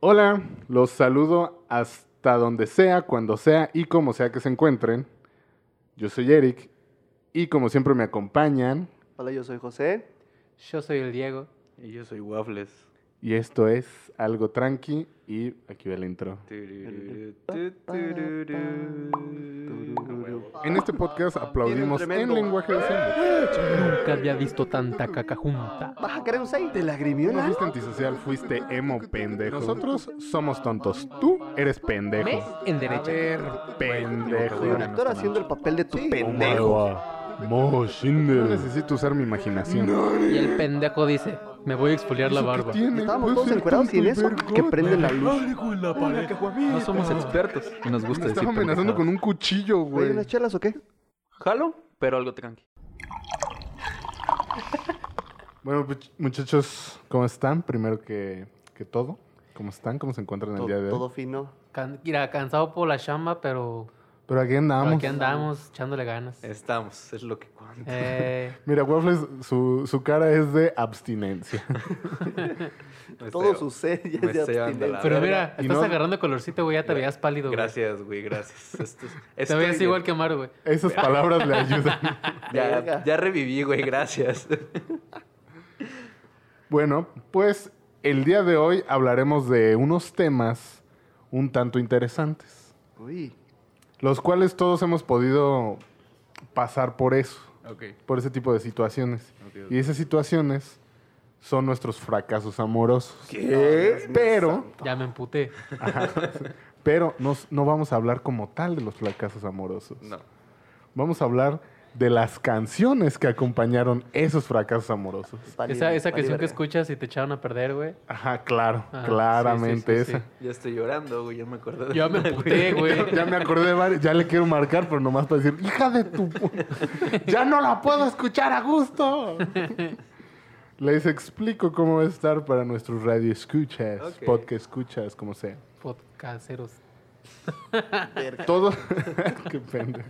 Hola, los saludo hasta donde sea, cuando sea y como sea que se encuentren. Yo soy Eric y como siempre me acompañan Hola, yo soy José. Yo soy el Diego. Y yo soy Waffles. y esto es Algo Tranqui y aquí va el intro. En este podcast aplaudimos en tremendo. lenguaje de señas. Nunca había visto tanta caca junta. ¿Vas a querer un 6? ¿Te lagrimió No fuiste antisocial, fuiste emo pendejo. Nosotros somos tontos, tú eres Me pendejo. en A derecha. ver, pendejo. Soy un actor haciendo el papel de tu Oh pendejo. No necesito usar mi imaginación. Y el pendejo dice, me voy a exfoliar la ¿Eso qué barba. tiene? Estábamos Puede todos ser encuerados y en tanto eso que vergüenza. prende la luz. No somos expertos. Y nos gusta Me estaba Este decir amenazando pendejadas. con un cuchillo, ¿Hay güey. unas chelas o qué? Jalo, pero algo tranqui. Bueno, much- muchachos, ¿cómo están? Primero que, que todo, ¿cómo están? ¿Cómo se encuentran el Todo, día de todo hoy? fino. Can- mira, cansado por la chamba, pero Pero aquí andamos. aquí andamos echándole ganas. Estamos, es lo que cuenta. Eh, Mira, Waffles, su, su cara es de abstinencia. Me Todo cebo. sucede ya Me es de estoy dando la- abstinencia. pero mira, Y estás no- agarrando colorcito, güey, ya te veías pálido. güey. Gracias, güey, gracias. Esto es- Te estoy veías de- igual que Mar, güey. Esas palabras le ayudan. Ya, Verga. ya reviví, güey, gracias. Bueno, pues el día de hoy hablaremos de unos temas un tanto interesantes, Uy, los cuales todos hemos podido pasar por eso, ok. por ese tipo de situaciones. Ok, ok. Y esas situaciones son nuestros fracasos amorosos. ¿Qué? Eh, Pero, Ya me emputé. pero nos- no vamos a hablar como tal de los fracasos amorosos. No. Vamos a hablar de las canciones que acompañaron esos fracasos amorosos. vale, Esa, esa vale, canción que verga. escuchas y te echaron a perder, güey. Ajá, claro, Ah, sí, sí, claramente sí, sí. esa. Ya estoy llorando, güey, ya me acordé. de- Ya me emputé, güey. Ya me acordé de varias, ya le quiero marcar, pero nomás para decir, hija de tu... pu-". ya no la puedo escuchar a gusto. Les explico cómo va a estar para nuestros radio escuchas, Ok. podcast escuchas, como sea. Podcasteros. Verga. Todos... Qué pendejo.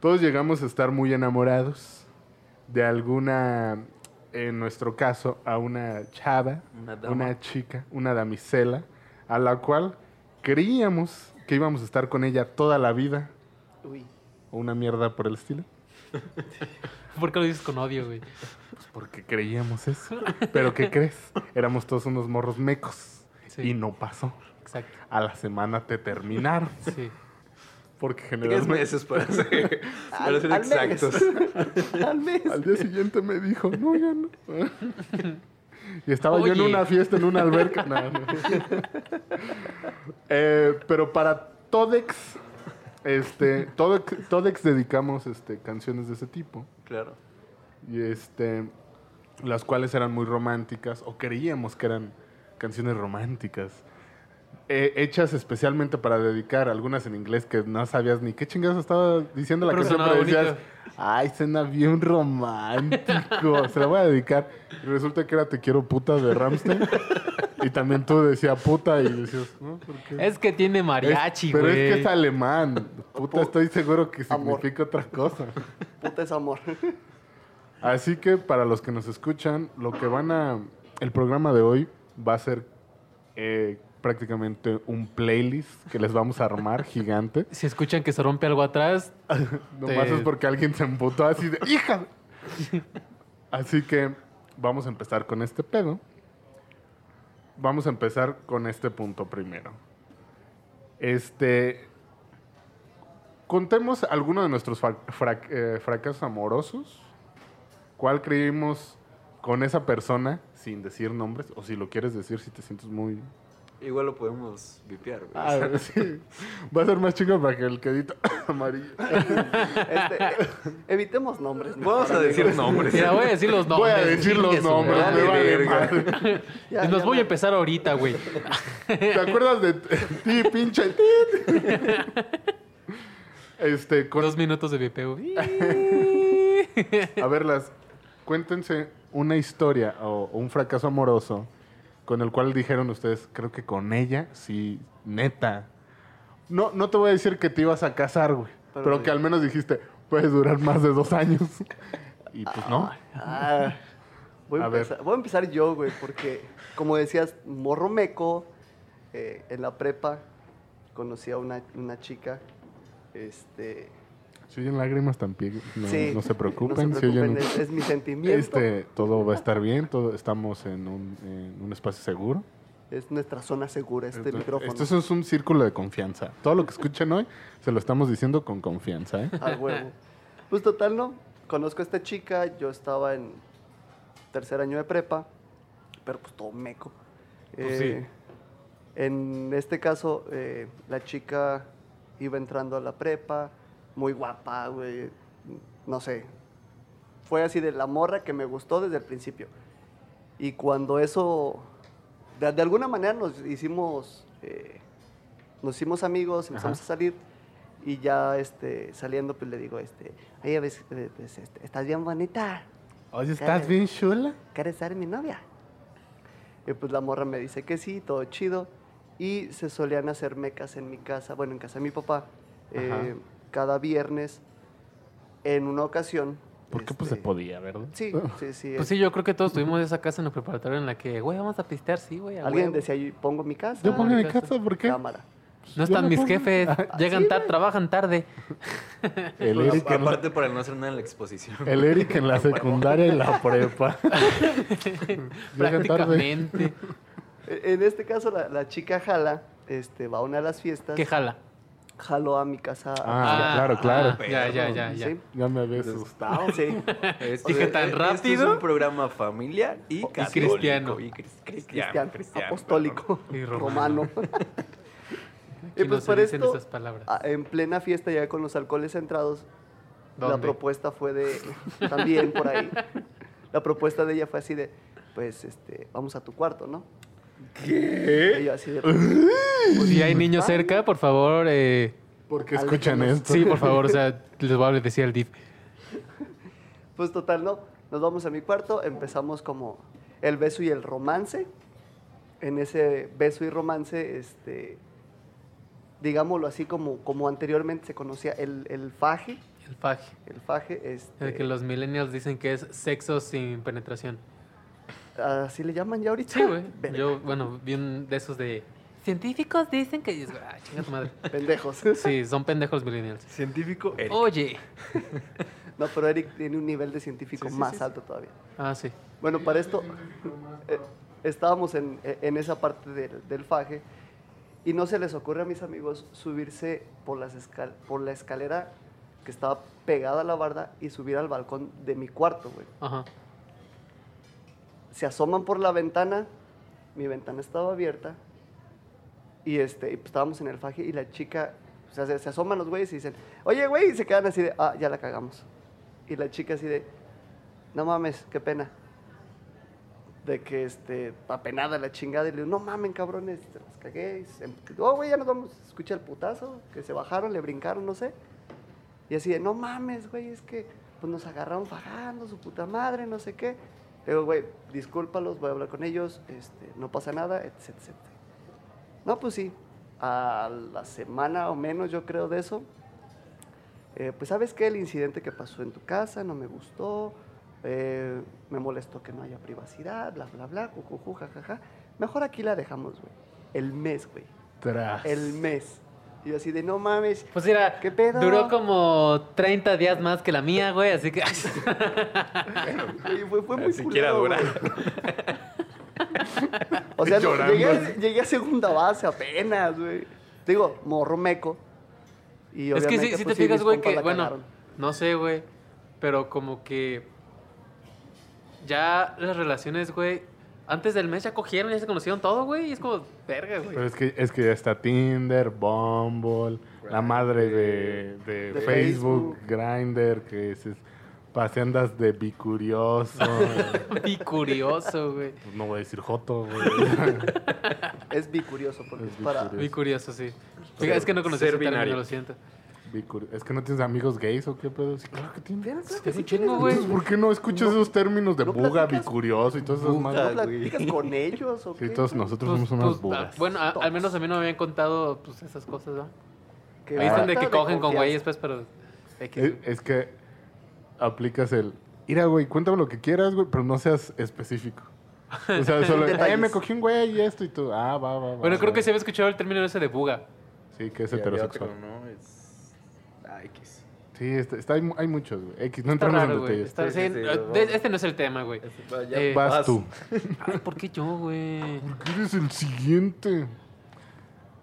Todos llegamos a estar muy enamorados de alguna, en nuestro caso, a una chava, Una dama. una chica, una damisela, a la cual creíamos que íbamos a estar con ella toda la vida. Uy, o una mierda por el estilo. ¿Por qué lo dices con odio, güey? Pues porque creíamos eso. Pero ¿qué crees? Éramos todos unos morros mecos. Sí. Y no pasó. Exacto. A la semana te terminaron. Sí. Porque Tres generalmente... meses para ser, para Al- ser al mes. exactos. tal vez. Al día siguiente me dijo, no, ya no. y estaba yo en Oye. una fiesta, en una alberca. No, no. Eh, pero para Todex, este, Todex, Todex dedicamos este, canciones de ese tipo. Claro. y este las cuales eran muy románticas o creíamos que eran canciones románticas eh, hechas especialmente para dedicar algunas en inglés que no sabías ni qué chingados estaba diciendo la Pero canción sonaba pero decías ay suena bien romántico se la voy a dedicar y resulta que era te quiero puta de Ramstein y también tú decías puta y decías no ¿Por qué? Es que tiene mariachi, Es- güey. pero es que es alemán puta estoy seguro que Amor. significa otra cosa Puta es amor. Así que para los que nos escuchan, lo que van a. El programa de hoy va a ser eh, prácticamente un playlist que les vamos a armar gigante. Si escuchan que se rompe algo atrás, Nomás Te- es porque alguien se emputó así de ¡Hija! así que vamos a empezar con este pedo. Vamos a empezar con este punto primero. Este. Contemos algunos de nuestros fa- frac- eh, fracasos amorosos. ¿Cuál creímos con esa persona sin decir nombres? O si lo quieres decir, si te sientes muy. Igual lo podemos vipear, güey. Ah, sí. Va a ser más chico para que el quedito amarillo. Este, eh, evitemos nombres. mejor, Vamos a amigos. decir nombres. mira, voy a decir los Voy nombres. a decir chingue los su nombres, madre. me vale verga. madre. Ya, Es más, ya, voy a ya. empezar ahorita, güey. ¿Te acuerdas de t- ti, pinche? ti? Este, con- Dos minutos de VPU. a ver, las, cuéntense una historia o, o un fracaso amoroso con el cual dijeron ustedes, creo que con ella, sí, neta. No, no te voy a decir que te ibas a casar, güey, pero, Pero sí. que al menos dijiste, puedes durar más de dos años. Y pues no. Ah, voy, a A ver. empezar, voy a empezar yo, güey, porque como decías, morro meco, eh, en la prepa conocí a una, una chica. Este, Si oyen lágrimas también, no, sí, no se preocupen. no se si oyen- preocupen, es, es mi sentimiento. este, todo va a estar bien, todo, estamos en un, en un espacio seguro. Es nuestra zona segura, este Esto- micrófono. Esto es un- es un círculo de confianza. Todo lo que escuchen hoy se lo estamos diciendo con confianza. ¿eh? A huevo. Pues total, ¿no? Conozco a esta chica, yo estaba en tercer año de prepa, pero pues todo meco. Eh, Pues En este caso, eh, la chica iba entrando a la prepa, muy guapa, güey, no sé. Fue así de la morra que me gustó desde el principio. Y cuando eso, de, de alguna manera nos hicimos, eh, nos hicimos amigos, empezamos Ajá. a salir y ya este, saliendo pues le digo, este, oye, ves, eh, pues, este, estás bien bonita, Oye, ¿estás bien chula? ¿quieres ser mi novia? Y pues la morra me dice que sí, todo chido. Y se solían hacer mecas en mi casa, bueno, en casa de mi papá, eh, cada viernes, en una ocasión. Porque pues se este, podía, ¿verdad? Sí, sí, sí. Pues sí, yo creo que todos tuvimos esa casa en la preparatoria en la que, güey, vamos a pistear, sí, güey. a Alguien huevo. decía, yo pongo mi casa. Yo pongo en mi ahorita casa, ¿por qué? Cámara. No Yo están me mis pongo- jefes, Ah, llegan sí, tarde, güey. trabajan tarde. El Pues, Eric, a- en, aparte para no hacer nada en la exposición. pues, el Eric en la secundaria y la prepa. Llegan tarde. Prácticamente. En este caso, la, la chica jala, este, va a una de las fiestas. ¿Qué jala? jaló a mi casa. Ah, claro, claro. Ya, ya, ya, ya. ¿sí? Ya me había asustado. Sí. Es- Dije, ¿tan eh, este rápido? es un programa familiar y, católico, cristiano. Y cris- cristiano, cristiano. apostólico, Y romano. romano. y Que no pues se por dicen esto, ah, esas palabras. a- en plena fiesta ya con los alcoholes entrados, la ¿Dónde? propuesta fue de, también por ahí, la propuesta de ella fue así de, pues, este, vamos a tu cuarto, ¿no? ¿Qué? Y yo así de, Ah, Si Pues pues, hay niños cerca, por favor, eh, Porque escuchan Algunos- esto. sí, por favor, o sea, les voy a decir al DIF. pues total, ¿no? Nos vamos a mi cuarto, empezamos como el beso y el romance. En ese beso y romance, este, digámoslo así como, como anteriormente se conocía, el, el faje. El faje. El faje, este, El que los millennials dicen que es sexo sin penetración. así le llaman ya ahorita. Sí, güey. Verga, Yo, bueno, vi un de esos de... Científicos dicen que... y es, Ah, chinga tu madre. Pendejos. Sí, son pendejos millennials. Científico. Eric. Oye. No, pero Eric tiene un nivel de científico Sí, sí, más sí, sí. alto todavía. Ah, sí. Bueno, para esto eh, estábamos en, eh, en esa parte del, del faje y no se les ocurre a mis amigos subirse por, las escal- por la escalera que estaba pegada a la barda y subir al balcón de mi cuarto, güey. Ajá. se asoman por la ventana, mi ventana estaba abierta, y este, y, pues, estábamos en el faje y la chica, o sea, se, se asoman los güeyes y dicen, oye, güey, y se quedan así de, ah, ya la cagamos. Y la chica así de, no mames, qué pena. De que, este, apenada la chingada, y le digo, no mamen, cabrones, se las cagué. y se- oh, güey, ya nos vamos, escucha el putazo, que se bajaron, le brincaron, no sé. Y así de, no mames, güey, es que pues nos agarraron fajando, su puta madre, no sé qué. Le digo, güey, discúlpalos, voy a hablar con ellos, este, no pasa nada, etcétera, etcétera. No, pues sí, a la semana o menos yo creo de eso. eh, pues sabes que el incidente que pasó en tu casa no me gustó, eh, me molestó que no haya privacidad, bla, bla, bla, jujuju, jajaja. Mejor aquí la dejamos, güey. El mes, güey. Tras. El mes. Y yo así de, no mames, Pues mira, ¿Qué pedo? duró como 30 días más que la mía, güey, así que... Güey, fue, fue muy Siquiera culero, dura. güey. O sea, no, Llorando. llegué, a- llegué a segunda base apenas, güey. Te digo, morro meco. Y es que obviamente, si, si te pues, sí, fijas, mis güey, compas que, la bueno, cagaron. no sé, güey, pero como que ya las relaciones, güey, antes del mes ya cogieron, ya se conocieron todo, güey, y es como, verga, Pero güey. es que, es que ya está Tinder, Bumble, la madre de, de De Facebook, Facebook. Grindr, que es, es paseandas de bicurioso. Y curioso, güey. no voy a decir Joto, güey. Es bicurioso porque Es es, para... bicurioso. Muy curioso, sí. Fíjate, es que no conocí Ser ese término, binario. lo siento. Bicurio- Es que no tienes amigos gays o qué pedo. Sí, claro que tienes. Vean, claro que que es sí un chingo, tienes- güey. Entonces, ¿por qué no escuchas esos términos de ¿No buga, platicas? bicurioso y todas esas ¿No madres? platicas con ellos o Sí, qué? todos nosotros Pues- somos unas pues, ah, bugas. bueno, a- al menos a mí no me habían contado pues, esas cosas, ¿no? Que Me dicen de falta que cogen con confianza. güeyes, pues, pero... X, Es, es que aplicas el. Mira, güey, cuéntame lo que quieras, güey, pero no seas específico. O sea, solo, eh, Detalles. me cogí un güey y esto y tú. Ah, va, va, va. Bueno, creo que se sí. había escuchado el término ese de buga. Sí, que es Ya, ya heterosexual. otro, ¿no? Es... Ah, X. Sí, está, está- hay, mu- hay muchos, güey. X, no Está entremos raro, en güey. detalles. Está- Sí, sí, sí, sí, eh, lo- de- este no es el tema, güey. Ya Eh, Vas, tú. Ay, ¿por qué yo, güey? Porque eres el siguiente.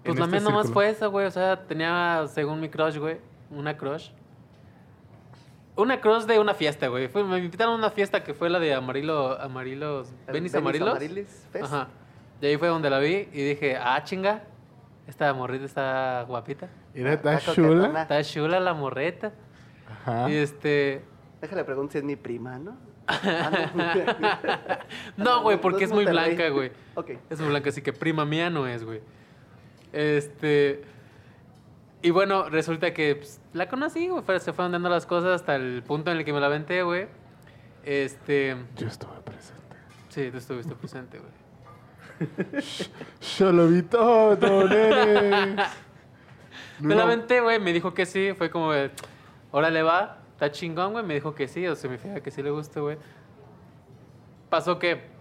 Pues En la este mía nomás círculo. fue esa, güey. O sea, tenía, según mi crush, güey, una crush. Una crush de una fiesta, güey. Fue- me invitaron a una fiesta que fue la de Amarillo, Amarillos, El Venis Venice Amarillos. Amarilis Fest. Ajá. Y ahí fue donde la vi y dije, ah, chinga, esta morrita está guapita. Era Está tan coquetona. chula. Está chula la morreta. Ajá. Y este... Déjale preguntar si es mi prima, ¿no? Ah, No, güey, porque no es muy Monterrey. blanca, güey. ok. Es muy blanca, así que prima mía no es, güey. Este. Y bueno, resulta que pues, la conocí, güey. fue- Se fueron dando las cosas hasta el punto en el que me la aventé, güey. Este. Yo estuve presente. Sí, tú estuviste presente, güey. Yo lo vi todo, nene. Me la aventé, güey. Me dijo que sí. Fue como, de, órale, va. Está chingón, güey. Me dijo que sí. O sea, me fija que sí le gusta, güey. Pasó que.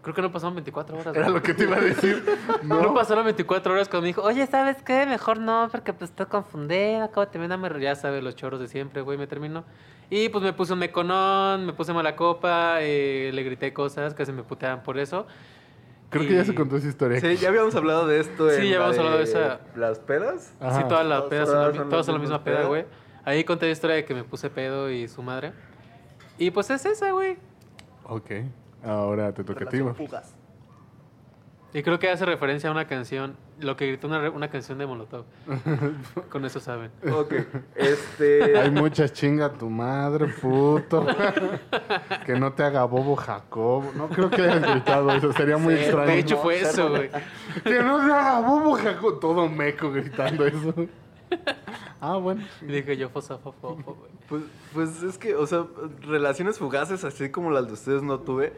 Creo que no pasaron 24 horas, Era güey. lo que te iba a decir. No. No, pasaron 24 horas cuando me dijo, oye, ¿sabes qué? Mejor no, porque pues estoy confundida, acabo de terminar, me- ya sabes, los choros de siempre, güey, me terminó. Y pues me puse un meconón, me puse mala copa, eh, le grité cosas, que se me puteaban por eso. creo que ya Y- se contó esa historia. Sí, ya habíamos hablado de esto. Sí, en ya la habíamos hablado de esa. ¿Las pedas? Ajá. Sí, todas las Todas- pedas, todas son la, son mi- las todas son la mismas misma peda, pedas. güey. Ahí conté la historia de que me puse pedo y su madre. Y pues es esa, güey. Ok. Ahora te toca a ti, Relación güey. fugaz. Y creo que hace referencia a una canción, lo que gritó una, re- una canción de Molotov. Con eso saben. Ok. Este. Hay muchas chinga tu madre, puto. que no te haga bobo Jacobo. No creo que hayas gritado eso. Sería muy Sí, extraño. Eh, De hecho no, fue eso, cerdo. güey. Que no se haga bobo Jacobo. Todo meco gritando eso. ah, bueno. Y dije yo, fosa, fofo, fofo, güey. Pues, pues es que, o sea, relaciones fugaces así como las de ustedes no tuve.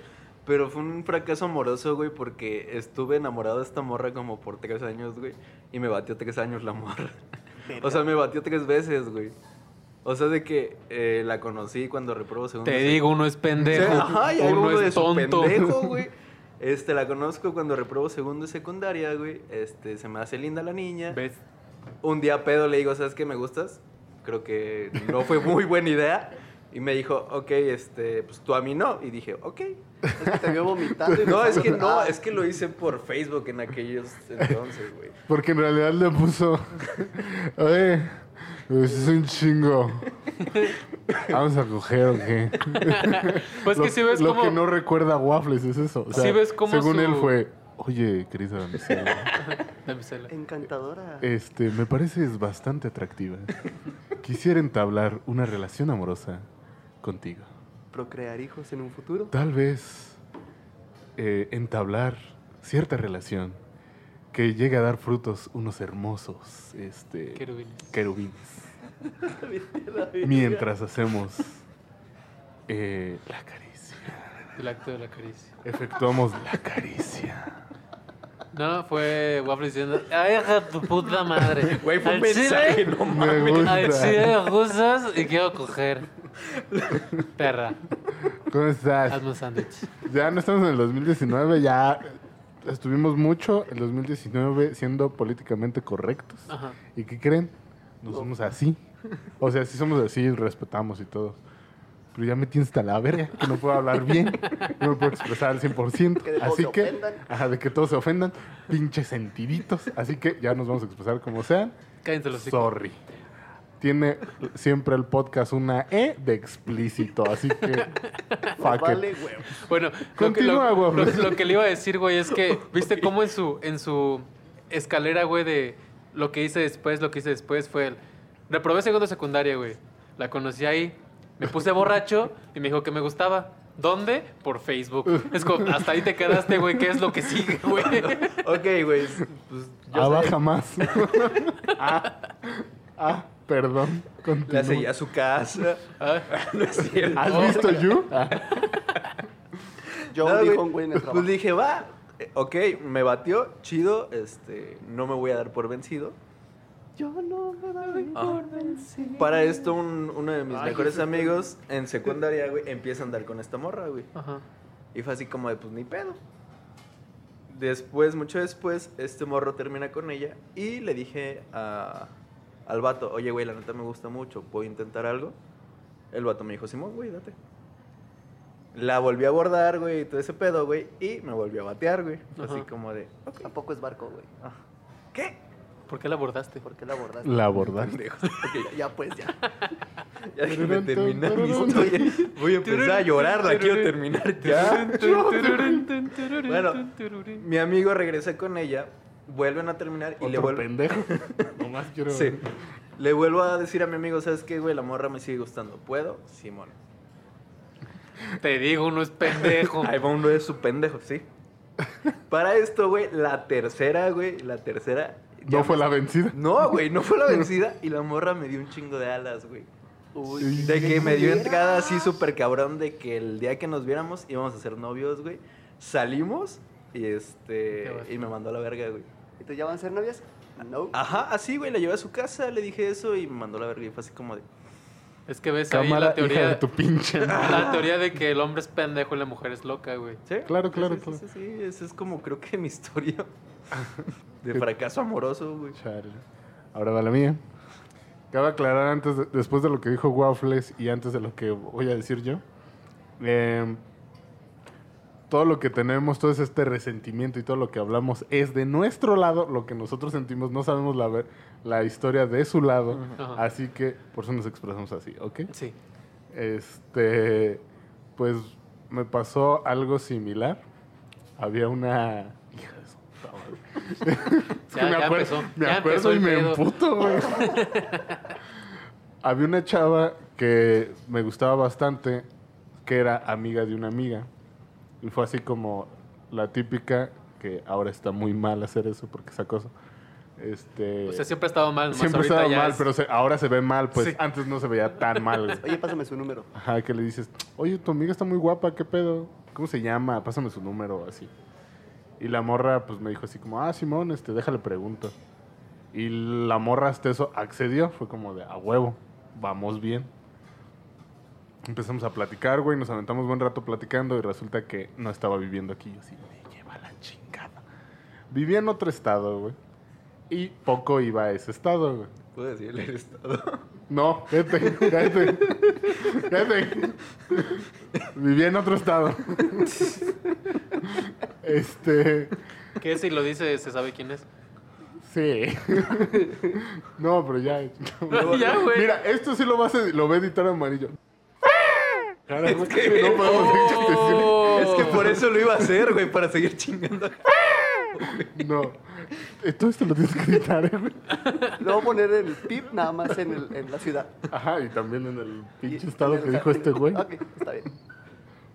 Pero fue un fracaso amoroso, güey, porque estuve enamorado de esta morra como por tres años, güey. Y me batió tres años la morra. O sea, me batió tres veces, güey. O sea, de que eh, la conocí cuando reprobó segundo. Te semestre. digo, uno es Sí, pendejo. ajá, y ahí uno, uno de es su tonto. pendejo, güey. Este, la conozco cuando reprobo segundo y secundaria, güey. Este, se me hace linda la niña. ¿Ves? Un día pedo le digo, ¿sabes qué me gustas? Creo que no fue muy buena idea. Y me dijo, ok, este, pues tú a mí no. Y dije, ok. Es que te vio vomitando. y No, es que no, Ah, es que lo hice por Facebook en aquellos entonces, güey. Porque en realidad le puso. Oye, pues es un chingo. Vamos a coger o qué. Pues que Lo- si ves Lo cómo. que no recuerda a Waffles es eso. O sea, Sí ves cómo según su- él fue. Oye, querida damisela, Dame cela. Encantadora. este, me pareces bastante atractiva. Quisiera entablar una relación amorosa contigo. Procrear hijos en un futuro. Tal vez eh, entablar cierta relación que llegue a dar frutos unos hermosos este, Querubines. querubines. Mientras hacemos eh, la caricia. El acto de la caricia. Efectuamos la caricia. No, fue Waffle diciendo, ay, hija tu puta madre. Güey, fue un Al mensaje, chile- no Me Al chile gusta. me gustas y quiero coger. Perra, ¿Cómo estás? hazme un sándwich. Ya no estamos en el 2019, ya estuvimos mucho el 2019 siendo políticamente correctos. Ah. Ajá. ¿Y qué creen? No somos así. O sea, sí somos así, respetamos y todo. Pero ya me tienes hasta la verga, que no puedo hablar bien, no me puedo expresar al 100%. Que de todos así se que, ofendan. ajá, de que todos se ofendan, pinches sentiditos. Así que ya nos vamos a expresar como sean. Cállense los hijos. Sorry. Tiene siempre el podcast una E de explícito, así que. Nos fuck it. vale huevo. Bueno, lo que, Continúa, lo- Waffle. lo- lo que le iba a decir, güey, es que, ¿viste cómo en su, en su escalera, güey, de lo que hice después, lo que hice después fue el... Reprobé segundo de secundaria, güey. La conocí ahí, me puse borracho y me dijo que me gustaba. ¿Dónde? Por Facebook. Es como, hasta ahí te quedaste, güey, ¿qué es lo que sigue, güey? Ok, güey, pues yo Ah, sé- baja más. ah, ah, perdón. la seguí Continúa. a su casa. Ah, No es cierto. ¿Has visto You? Yo No, dijo güey, un güey en el trabajo. Pues dije, va, eh, ok, me batió, chido, este, no me voy a dar por vencido. Yo no me doy Ah. por vencido. Para esto, un- uno de mis Ay, mejores Jesús. amigos en secundaria, güey, empieza a andar con esta morra, güey. Ajá. Y fue así como de, pues ni pedo. Después, mucho después, este morro termina con ella y le dije a- al vato, oye, güey, la neta me gusta mucho, ¿puedo intentar algo? El vato me dijo, Simón, güey, date. La volví a abordar, güey, y todo ese pedo, güey, y me volvió a batear, güey. Fue Así Ajá. como de, Tampoco es barco, güey. ah, ¿qué? ¿Por qué la abordaste? ¿Por qué la abordaste? La abordaste. Ya pues, ya. Ya déjame terminar mi historia. Voy a empezar a llorar, la quiero terminar. Ya. Bueno. Mi amigo regresa con ella, vuelven a terminar y le Otro vuelvo, pendejo. Nomás quiero... Sí. Le vuelvo a decir a mi amigo, ¿sabes qué, güey? La morra me sigue gustando. ¿Puedo? Simón. Te digo, uno es pendejo. Ahí va uno de su pendejo, sí. Para esto, güey, la tercera, güey, la tercera. ya No fue me- la vencida. No, güey, no fue la vencida y la morra me dio un chingo de alas, güey. Uy. De que me dio entrada así súper cabrón de que el día que nos viéramos íbamos a ser novios, güey. Salimos y Qué este bueno. y me mandó a la verga, güey. ¿Y tú ya van a ser novias? No. Ah. Ajá, así, güey, la llevé a su casa, le dije eso y me mandó a la verga y fue así como de... Es que ves ahí Cámara, la hija de teoría, tu pinche. madre. la teoría de que el hombre es pendejo y la mujer es loca, güey. ¿Sí? Claro, Sí, claro, sí, claro. Sí, sí, sí, esa es como creo que mi historia de fracaso amoroso, güey. Chale. Ahora va la mía. Cabe aclarar antes, de- después de lo que dijo Waffles y antes de lo que voy a decir yo. eh, todo lo que tenemos, todo es este resentimiento y todo lo que hablamos es de nuestro lado, lo que nosotros sentimos, no sabemos la, ver- la historia de su lado, Ajá. así que por eso nos expresamos así, ¿ok? Sí. Este, pues me pasó algo similar. Había una. Hija de su puta madre. Es que Ya- me ya acuerdo, empezó, me ya acuerdo empezó y el me pedo. emputo, güey. Había una chava que me gustaba bastante, que era amiga de una amiga. Y fue así como la típica, que ahora está muy mal hacer eso porque esa cosa. Este, O sea, siempre ha estado mal. nomás siempre ahorita estaba ya mal, es- pero se- ahora se ve mal, pues Sí. antes no se veía tan mal. güey. Oye, pásame su número. Ajá, que le dices, oye, tu amiga está muy guapa, ¿qué pedo? ¿Cómo se llama? Pásame su número, así. Y la morra, pues me dijo así como, ah, Simón, este, déjale pregunto. Y la morra hasta eso accedió, fue como de, a huevo, vamos bien. Empezamos a platicar, güey, nos aventamos buen rato platicando y resulta que no estaba viviendo aquí. Yo así, me lleva la chingada. Vivía en otro estado, güey. Y poco iba a ese estado, güey. Puedo decirle el estado. No, cállate, cállate. Cállate. Vivía en otro estado. Este. ¿Qué si lo dice, se sabe quién es? Sí. No, pero ya. Ya, güey. Mira, esto sí lo, vas a, lo va a editar amarillo. Carajo, no podemos decir Oh. Es que por eso lo iba a hacer, güey, para seguir chingando. que sí. No. Eh, Todo esto lo tienes que editar, ¿eh? güey. Le voy a poner el pip nada más en, el- en la ciudad. Ajá, y también en el pinche Y- estado que dijo este güey. Ok, está bien.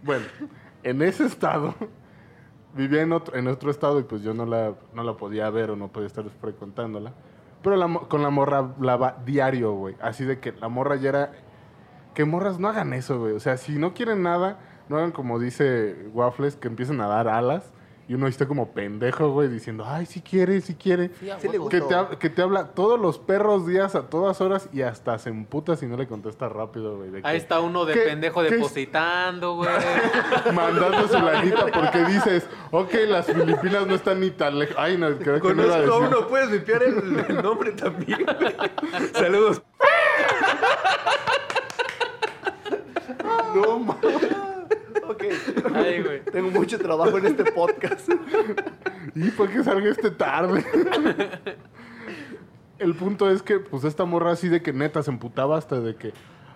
Bueno, en ese estado, vivía en otro, en otro estado y pues yo no la, no la podía ver o no podía estar frecuentándola. Pero la mo- con la morra hablaba diario, güey. Así de que la morra ya era... Que morras no hagan eso, güey. O sea, si no quieren nada, no hagan como dice Waffles, que empiecen a dar alas. Y uno ahí está como pendejo, güey, diciendo, ay, si quiere, si quiere. Sí le Que gustó. te, hab- que te habla todos los perros días, a todas horas, y hasta se emputa si no le contesta rápido, güey. de que- Ahí está uno de ¿Qué- pendejo qué es- depositando, güey. mandando su lanita porque dices, ok, las Filipinas no están ni tan lejos. Ay, no, creo que no iba a Conozco a decir. uno, puedes vipiar el, el nombre también, güey. Saludos. No, ma- Ok. Ay, güey. Tengo mucho trabajo en este podcast. ¿Y por qué salgo este tarde? El punto es que, pues, esta morra así de que neta se emputaba hasta de que,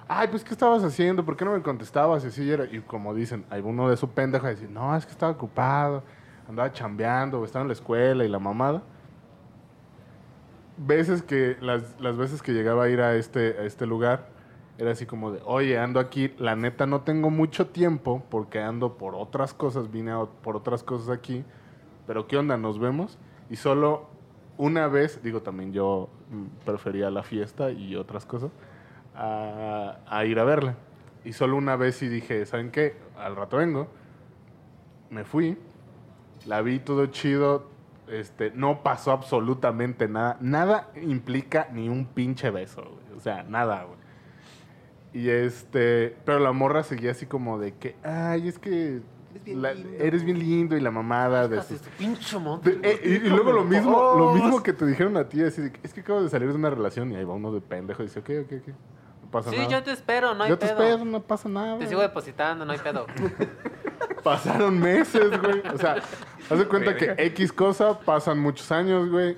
ay, pues, ¿qué estabas haciendo? ¿Por qué no me contestabas? Y así era. Y como dicen, alguno de su pendeja decir, no, es que estaba ocupado, andaba chambeando, o estaba en la escuela y la mamada. Veces que, las, las veces que llegaba a ir a este, a este lugar, era así como de, oye, ando aquí, la neta no tengo mucho tiempo porque ando por otras cosas, vine a ot- por otras cosas aquí pero ¿qué onda? Nos vemos. Y solo una vez, digo, también yo mm, prefería la fiesta y otras cosas, a, a ir a verla. Y solo una vez sí dije, ¿saben qué? Al rato vengo. Me fui, la vi todo chido, este, no pasó absolutamente nada. Nada implica ni un pinche beso, güey. O sea, nada, güey. Y este, pero la morra seguía así como de que, ay, es que eres bien la- lindo. eres bien lindo y la mamada de sus Haces tu pinche monte. De- eh, y, y luego lo mismo, lo mismo que te dijeron a ti, así de que, es que acabo de salir de una relación y ahí va uno de pendejo y dice, ok, ok, ok, no pasa Sí, nada. yo te espero, no hay Yo te pedo. espero, no pasa nada. Te sigo depositando, no hay pedo. Pasaron meses, güey. O sea, haz de cuenta que X cosa, pasan muchos años, güey.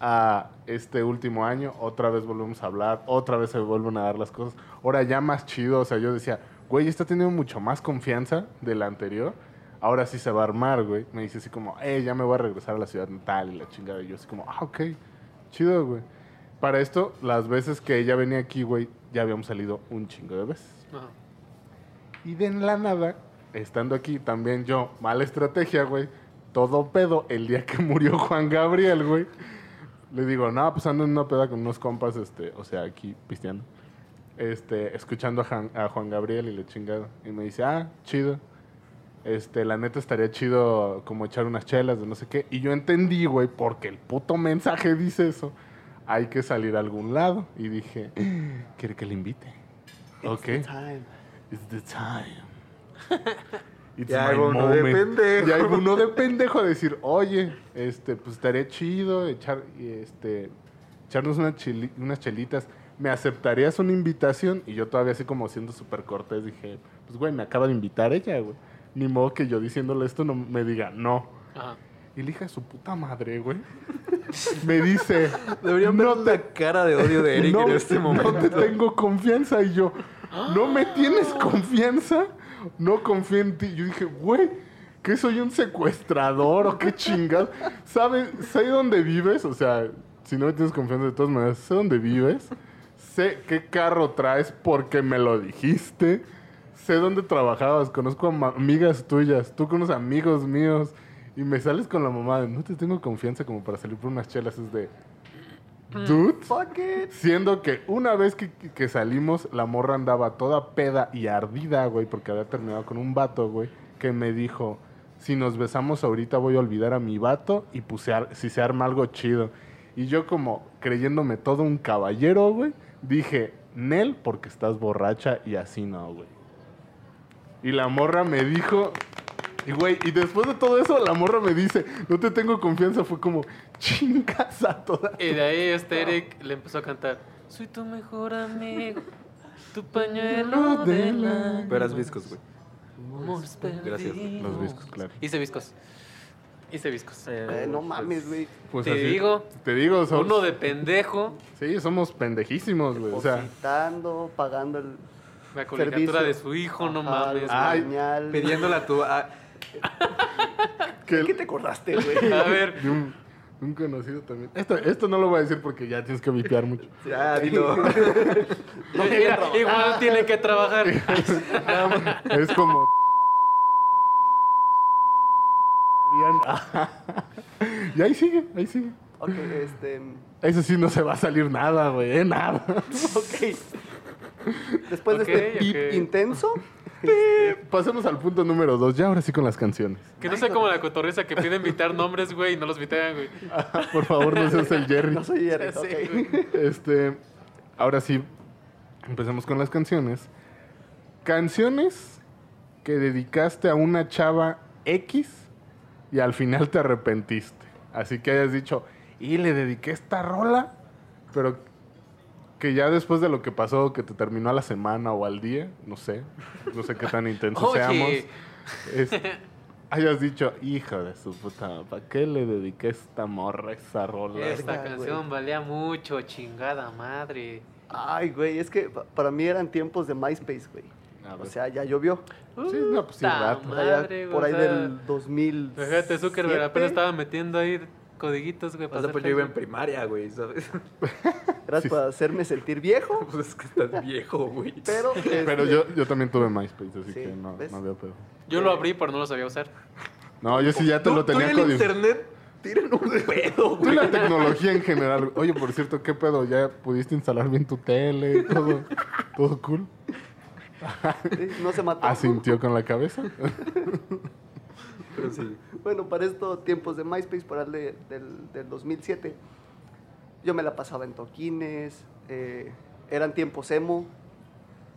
A este último año, otra vez volvemos a hablar, otra vez se vuelven a dar las cosas. Ahora ya más chido, o sea, yo decía, güey, está teniendo mucho más confianza de la anterior. Ahora sí se va a armar, güey. Me dice así como, eh, ya me voy a regresar a la ciudad natal y la chingada. Y yo así como, ah, ok, chido, güey. Para esto, las veces que ella venía aquí, güey, ya habíamos salido un chingo de veces. Ajá. Y de en la nada, estando aquí también yo, mala estrategia, güey. Todo pedo, el día que murió Juan Gabriel, güey. Le digo, no, pues ando en una peda con unos compas, este, o sea, aquí pisteando. Este, escuchando a, Jan- a Juan Gabriel y le chingada. Y me dice, ah, chido. Este, la neta estaría chido como echar unas chelas de no sé qué. Y yo entendí, güey, porque el puto mensaje dice eso. Hay que salir a algún lado. Y dije, "Ah, quiere que le invite. Ok. Este Time. It's the time. It's Ya my hay uno de moment. pendejo. Ya hay uno de pendejo a decir, oye, este, pues estaría chido echar, este, echarnos una chili- unas chelitas. ¿Me aceptarías una invitación? Y yo todavía así como siendo súper cortés dije, pues güey, me acaba de invitar ella, güey. Ni modo que yo diciéndole esto no me diga no. Ajá. Y la hija de su puta madre, güey, me dice, Deberían ver no te la cara de odio de Eric no, en este momento. no te tengo confianza. Y yo, ¿no me tienes confianza? No confío en ti. Yo dije, güey, que soy un secuestrador o qué chingas. ¿Sabes? Sé dónde vives. O sea, si no me tienes confianza, de todas maneras, sé dónde vives. Sé qué carro traes porque me lo dijiste. Sé dónde trabajabas. Conozco a ma- amigas tuyas. Tú con unos amigos míos. Y me sales con la mamá de, no te tengo confianza como para salir por unas chelas. Es de, dude. Fuck it. Siendo que una vez que, que salimos, la morra andaba toda peda y ardida, güey, porque había terminado con un vato, güey, que me dijo, si nos besamos ahorita voy a olvidar a mi vato y puse ar- si se arma algo chido. Y yo como creyéndome todo un caballero, güey, dije, Nel, porque estás borracha y así no, güey. Y la morra me dijo, y güey, y después de todo eso, la morra me dice, no te tengo confianza, fue como, chingas a toda Y de ahí este Eric le empezó a cantar. Soy tu mejor amigo, tu pañuelo de la... Verás viscos, güey. Gracias. Gracias. Los viscos, claro. Hice viscos. Hice viscos. Eh, no mames, güey. Pues Te digo. Te digo, somos, Uno de pendejo. sí, somos pendejísimos, güey. Pues, O Pues sea, Depositando, pagando el La coligatura Servicio. de su hijo, no Ajá, mames. el A Ay. pañal. Pidiéndola tú a... que ¿Qué te acordaste, güey? ver, de un, de un conocido también. Esto, esto no lo voy a decir porque ya tienes que vipear mucho. Ya, Ah, dilo. mira, igual tiene que trabajar. Es como. Bien. y ahí sigue, ahí sigue. Ok, este. Eso sí no se va a salir nada, güey, eh, nada. Ok. Después Ok, de este ok. pip intenso, Pasemos al punto número dos, ya ahora sí con las canciones. Que no sea como la cotorriza que pide invitar nombres, güey, y no los invitan, güey. Por favor, no seas el Jerry. no soy Jerry. Sí, ok. güey. Este, ahora sí, empecemos con las canciones. Canciones que dedicaste a una chava X y al final te arrepentiste. Así que hayas dicho, y le dediqué esta rola, pero que ya después de lo que pasó, que te terminó a la semana o al día, no sé, no sé qué tan intenso seamos, Oye, es- hayas dicho, hijo de su puta, ¿para qué le dediqué esta morra, esa rola? esta Verga, canción valía mucho, chingada madre. Ay, güey, es que pa- para mí eran tiempos de MySpace, güey. A ver. O sea, ya llovió. Sí, no, pues sí, Puta rato. Por allá- Madre, güey, por o ahí sea, del 2000. Fíjate, Zuckerberg apenas estaba metiendo ahí codiguitos, güey. para O sea, hacer pues yo iba en Facebook. primaria, güey, ¿sabes? Gracias por hacerme sentir viejo, Pues es que estás viejo, güey. pero. Pero este, yo, yo también tuve MySpace, así Sí, que no, ¿ves? no había pedo. Yo lo abrí, pero no lo sabía usar. No, yo sí ya te Tú- lo tú y tenía el codificado. internet tiran un pedo, Tú y güey. la tecnología en general. Oye, por cierto, ¿qué pedo? ¿Ya pudiste instalar bien tu tele? Todo, todo cool. No se Ah, mató. ¿Asintió con la cabeza? Pero sí. Bueno, para esto, tiempos de MySpace, para el de- del, del 2007, yo me la pasaba en toquines, eh, eran tiempos emo,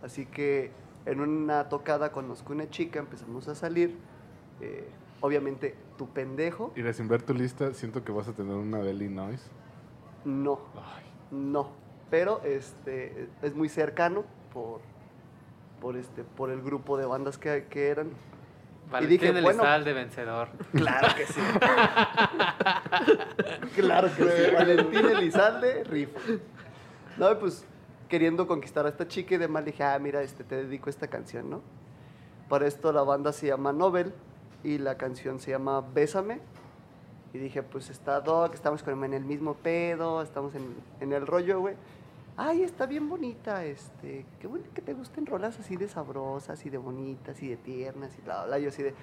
así que en una tocada conozco una chica, empezamos a salir, eh, obviamente tu pendejo, Mira, sin ver tu lista, siento que vas a tener una de Illinois. no, Ay, no. Pero este, es muy cercano por, por, este, por el grupo de bandas que, que eran. Valentín dije, el bueno. Elizalde, vencedor. Claro que sí. claro que sí. Valentín Elizalde, rifa. No, pues queriendo conquistar a esta chica y demás, le dije, ah, mira, este, te dedico esta canción, ¿no? Para esto la banda se llama Nobel y la canción se llama Bésame. Y dije, pues está Doc, estamos con en el mismo pedo, estamos en, en el rollo, güey. Ay, está bien bonita, este, qué bueno que te gusten rolas así de sabrosas y de bonitas y de tiernas y bla, bla, bla. Yo así de,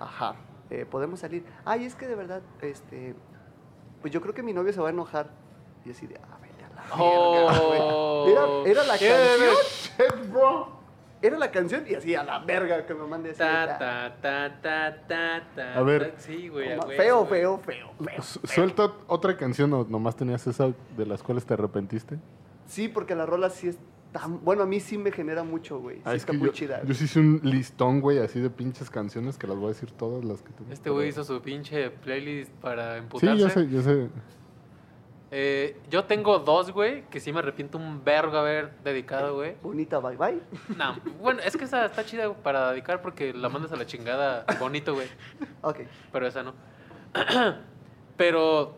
ajá, eh, podemos salir. Ay, es que de verdad, este, pues yo creo que mi novio se va a enojar. Y así de, ah, vete a la Oh. verga, güey. Era, era la Qué canción. Oh, Era la canción y así a la verga que me mande así. Ta, ah, ta, ta, ta, ta, ta. A ver. Sí, güey. a no ma- huevo, feo, güey. feo, feo, feo. su- Suelta otra canción o nomás tenías esa de las cuales te arrepentiste. Sí, porque la rola sí está. Bueno, a mí sí me genera mucho, güey. Sí Ah, es está que muy yo, chida. yo sí hice un listón, güey, así de pinches canciones que las voy a decir todas las que tengo. Este güey hizo su pinche playlist para Sí, emputarse. yo sé, yo sé. Eh, yo tengo dos, güey, que sí me arrepiento un vergo haber dedicado, güey. Bonita, bye bye. No, bueno, es que esa está chida para dedicar porque la mandas a la chingada bonito, güey. Ok. Pero esa no. Pero,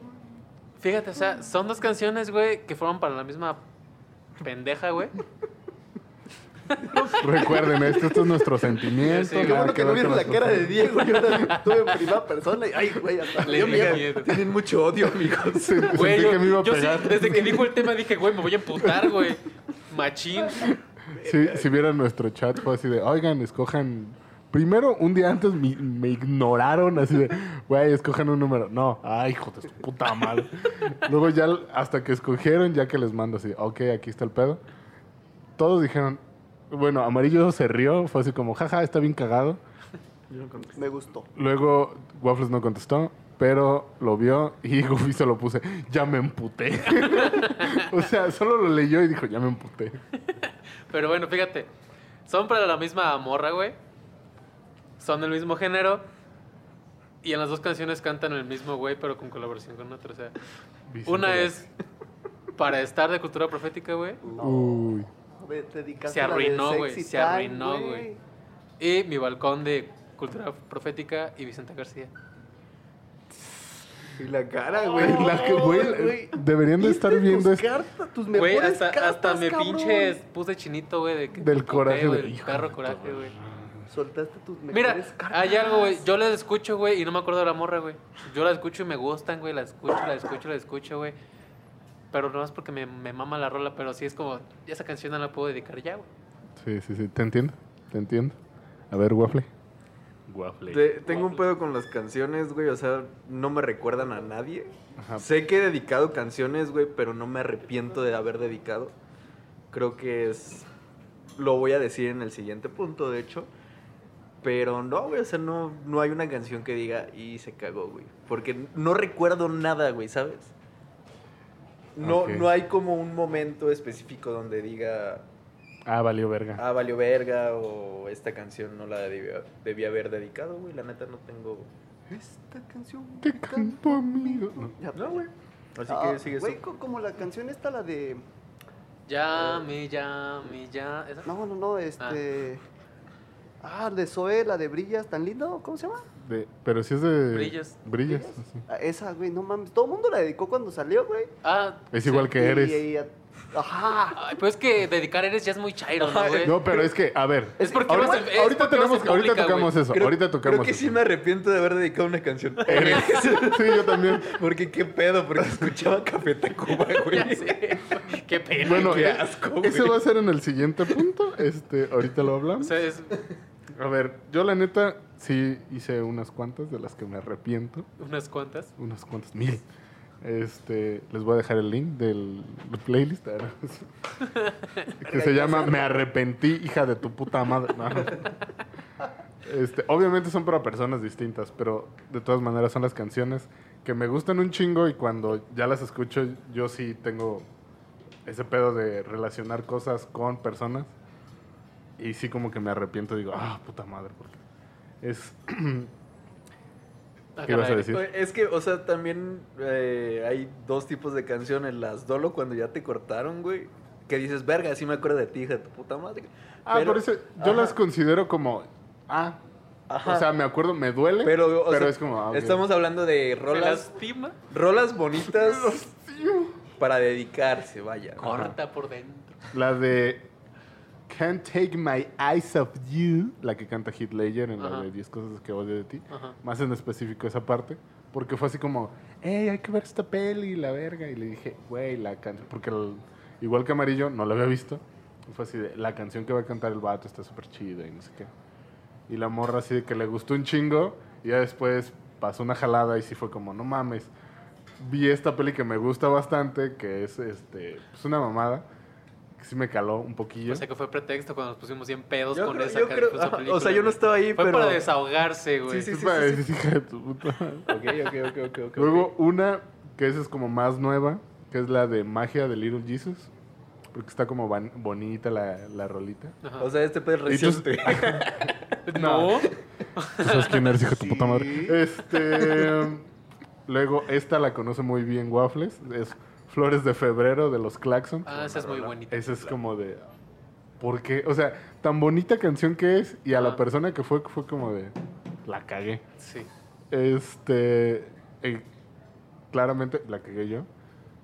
fíjate, o sea, son dos canciones, güey, que fueron para la misma pendeja, güey. Recuerden esto, esto es nuestro sentimiento. Sí, sí, Qué nada bueno que ver no vieron con la las cara de personas. Diego. Yo la tuve en primera persona y, ay, güey, hasta Le me dio dije miedo. miedo. Tienen mucho odio, amigos. Sen- Güey, sentí yo, que me iba a yo sí, pegar. desde que dijo el tema dije, güey, me voy a emputar, güey. Machín. Sí, si vieran nuestro chat fue así de, oigan, escojan... Primero, un día antes me, me ignoraron así de, güey, escojan un número. No, ay, hijo de su puta madre. Luego ya l- hasta que escogieron, ya que les mando así, ok, aquí está el pedo. Todos dijeron, bueno, Amarillo se rió, fue así como, jaja, está bien cagado. Me gustó. Luego Waffles no contestó, pero lo vio y Goofy se lo puse, ya me emputé. o sea, solo lo leyó y dijo, ya me emputé. Pero bueno, fíjate. Son para la misma morra, güey. Son del mismo género. Y en las dos canciones cantan el mismo güey, pero con colaboración con otro. O sea, una es para estar de cultura profética, güey. Uy. Ve, te dedicaste Se a la de arruinó, güey, Sexy se Time, arruinó, güey. Y mi balcón de cultura profética y Vicente García. Y la cara, güey. Güey, la que- güey, Ay, güey. deberían de estar Viste viendo tus esto cartas, tus Güey, mejores hasta, cartas, hasta me cabrón. pinches puse chinito, güey. De que Del puteo, coraje, güey, de- Del hijo perro de coraje, todo. güey. Soltaste tus mejores Mira, cartas. hay algo, güey. Yo la escucho, güey, y no me acuerdo de la morra, güey. Yo la escucho y me gustan, güey. La escucho, la escucho, la escucho, güey. Pero no es porque me, me mama la rola, pero sí es como, ya esa canción no la puedo dedicar ya, güey. Sí, sí, sí, te entiendo, te entiendo. A ver, Waffle. Waffle. Te- tengo un pedo con las canciones, güey. O sea, no me recuerdan a nadie. Ajá. Sé que he dedicado canciones, güey, pero no me arrepiento de haber dedicado. Creo que es. Lo voy a decir en el siguiente punto, de hecho. Pero no, güey, o sea, no, no hay una canción que diga y se cagó, güey. Porque no recuerdo nada, güey, ¿sabes? No, Ok. no hay como un momento específico donde diga, Ah, valió verga. ah, valió verga, o esta canción no la debía, debía haber dedicado, güey. La neta no tengo. Esta canción. Te canto, amigo. No. Ya, No, güey. Así Ah, que sigue Güey, co- como la canción esta, la de. Ya, mi, ya, mi, ya. ¿Esa? No, no, no, este. Ah, de Zoe, la de Brillas, tan lindo, ¿cómo se llama? De- pero si es de... Brillas. Brillas. sí. Ah, Esa, güey, no mames. Todo el mundo la dedicó cuando salió, güey. Ah, Es sí. igual que Y- eres. y- y- ajá. Ay, pues es que dedicar eres ya es muy chairo, ¿no, Ajá, güey? No, pero es que, a ver. Es porque ahorita, vas en- es ahorita porque vas tenemos- en ahorita pública, tocamos güey. eso, ahorita tocamos Creo que eso. sí me arrepiento de haber dedicado una canción. Eres. sí, yo también. Porque qué pedo, porque escuchaba Café Tacuba, güey. Ya sé, güey. Qué pena. Bueno, Qué eh, asco, güey. ese va a ser en el siguiente punto. Este, ahorita lo O hablamos. sea, es- A ver, yo la neta sí hice unas cuantas de las que me arrepiento. unas cuantas. unos cuantos mil. Este, les voy a dejar el link del playlist. ah, no. que se llama Me arrepentí, hija de tu puta madre. No. Este, obviamente son para personas distintas, pero de todas maneras son las canciones que me gustan un chingo y cuando ya las escucho yo sí tengo ese pedo de relacionar cosas con personas y sí como que me arrepiento digo, ah, puta madre, porque es Ah, ¿Qué ibas a caray. decir? Oye, Es que, o sea, también eh, hay dos tipos de canciones. Las dolo cuando ya te cortaron, güey. Que dices, verga, sí me acuerdo de ti, hija de tu puta madre. Ah, Pero- por eso yo ajá, las considero como. Ah. Ajá. O sea, me acuerdo, me duele. Pero, Pero, o sea, es como. ah, ok. Estamos hablando de ¿Se rolas, lastima? rolas bonitas para dedicarse, vaya. Corta por dentro. La de. Can't take my eyes off you. La que canta Heath Ledger en Ajá. la de 10 cosas que odio de ti. Ajá. Más en específico esa parte. Porque fue así como. Hey, hay que ver esta peli, la verga. Y le dije, güey, la canción. Porque el- igual que Amarillo, no la había visto. Y Fue así de. La canción que va a cantar el vato está súper chida y no sé qué. Y la morra así de que le gustó un chingo. Y ya después pasó una jalada y sí fue como, no mames. Vi esta peli que me gusta bastante, que es este, pues una mamada. Que sí me caló un poquillo. O sea que fue pretexto cuando nos pusimos 100 pedos Yo con creo- esa yo ca- creo- con esa ajá, o película, sea, yo no güey. estaba ahí, Fue pero- para desahogarse, güey. Sí, sí, Es sí, para sí, decir, hija de tu puta madre. Ok, ok, ok, ok, ok. Luego una que esa es como más nueva, que es la de Magia de Little Jesus. Porque está como ban- bonita la, la rolita. Ajá. O sea, este puede Y tú- reciente. no. Tú sabes quién eres, hijo de tu puta Sí. madre. Este. Luego, esta la conoce muy bien Waffles. Es Flores de Febrero de los Claxon. Ah, esa es muy bonita. Esa es como de. ¿Por qué? O sea, tan bonita canción que es. Y a la Ah. Ajá. persona que fue, fue como de. La cagué. Sí. Este. eh, claramente la cagué yo.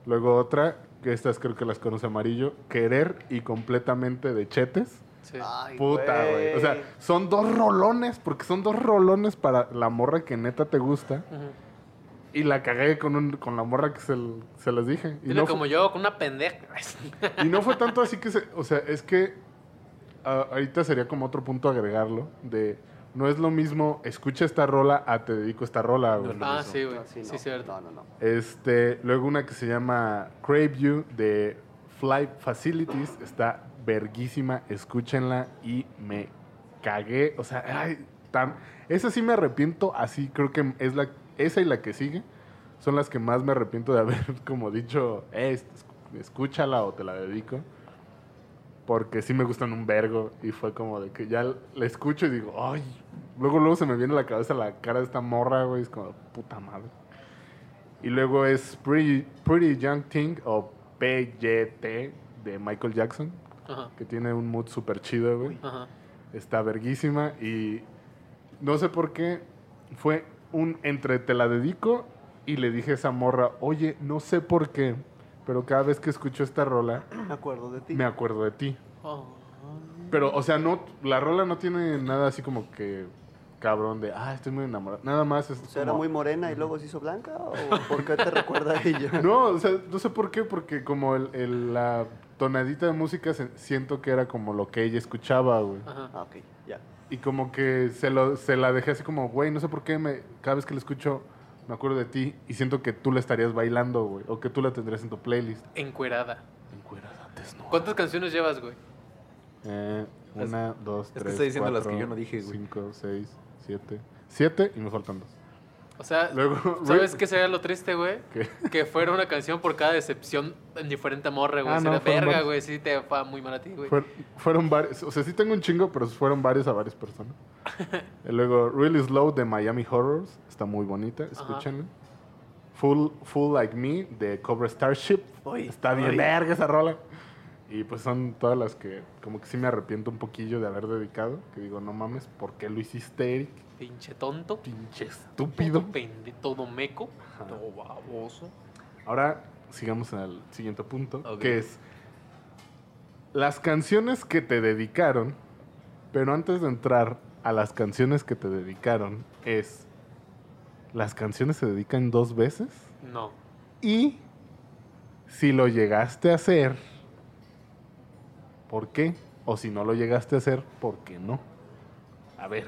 Luego otra, que estas creo que las conoce amarillo. Querer y completamente de chetes. Sí. Ah. Ay, Puta, güey. O sea, son dos rolones, porque son dos rolones para la morra que neta te gusta. Ujú. Y la cagué con, un- con la morra que se, l- se las dije. Y Dile no, como fue, yo, con una pendeja. y no fue tanto así que se. O sea, es que. ah, ahorita sería como otro punto agregarlo. De. No es lo mismo, escucha esta rola a te dedico esta rola. güey. no. ah, mismo. sí, güey. No, sí, no, cierto. No, no, no. Este, luego una que se llama Crave You de Fly Facilities. Está verguísima, escúchenla y me cagué. O sea, ay, tan- esa sí me arrepiento, así creo que es la, esa y la que sigue son las que más me arrepiento de haber como dicho, "Eh, es- escúchala o te la dedico. Porque sí me gustan un vergo y fue como de que ya la escucho y digo, ay, luego luego se me viene a la cabeza la cara de esta morra, güey, es como puta madre. Y luego es Pretty, Pretty Young Thing o PYT de Michael Jackson, Ajá. que tiene un mood súper chido, güey. Ajá. Está verguísima y no sé por qué fue un entre te la dedico y le dije a esa morra, oye, no sé por qué, pero cada vez que escucho esta rola Me acuerdo de ti. me acuerdo de ti. Oh. Pero, o sea, no, la rola no tiene nada así como que cabrón de, ah, estoy muy enamorado. Nada más es O sea, era como- muy morena y luego se hizo blanca. ¿O por qué te recuerda a ella? No, o sea, no sé por qué, porque como el, el- la tonadita de música se- siento que era como lo que ella escuchaba, güey. Ajá. Ah, ok, ya. Y como que se, lo, se la dejé así como, güey, no sé por qué, me, cada vez que la escucho me acuerdo de ti y siento que tú la estarías bailando, güey, o que tú la tendrías en tu playlist. Encuerada. Encuerada, desnuda. ¿Cuántas canciones llevas, güey? Eh, una, dos, es que tres, estoy diciendo las cuatro, que yo no dije, güey. Cinco, seis, siete. Siete y me faltan dos. O sea, Luego, ¿sabes qué sería lo triste, güey? ¿Qué? Que fuera una canción por cada decepción en diferente morra, güey. Ah, Sería no, fueron verga, varios. güey. Sí, te va muy mal a ti, güey. Fuer- fueron varios, o sea, sí tengo un chingo, pero fueron varios a varias personas. Y luego, Really Slow de Miami Horrors, está muy bonita, escúchenla. Full, Full Like Me de Cobra Starship, Uy, está bien uy. verga esa rola. Y pues son todas las que, como que sí me arrepiento un poquillo de haber dedicado, que digo, no mames, ¿por qué lo hiciste, Eric? Pinche tonto. Pinche estúpido. Todo pende- todo meco. Ajá. Todo baboso. Ahora sigamos al siguiente punto, Ok. que es las canciones que te dedicaron, pero antes de entrar a las canciones que te dedicaron, es las canciones se dedican dos veces No. y si lo llegaste a hacer, ¿por qué? O si no lo llegaste a hacer, ¿por qué no? A ver,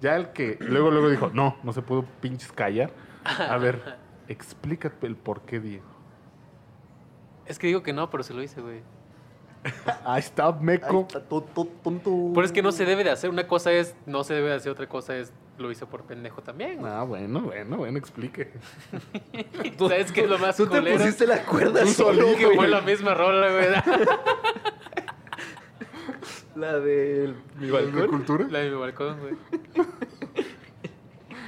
ya el que luego luego dijo, no, no se pudo pinches callar. A ver, explícate el por qué, Diego. Es que digo que no, pero se lo hice, güey. Ahí está, Ay, Meco. tu, tu, tum, tu. Pero es que no se debe de hacer. Una cosa es no se debe de hacer, otra cosa es lo hice por pendejo también, güey. Ah, bueno, bueno, bueno, explique. ¿Sabes qué es lo más Tú te culero? pusiste la cuerda Tú solo, solito, Que güey. fue la misma rola, güey. La del mi ¿De balcón. cultura? La de mi balcón, güey.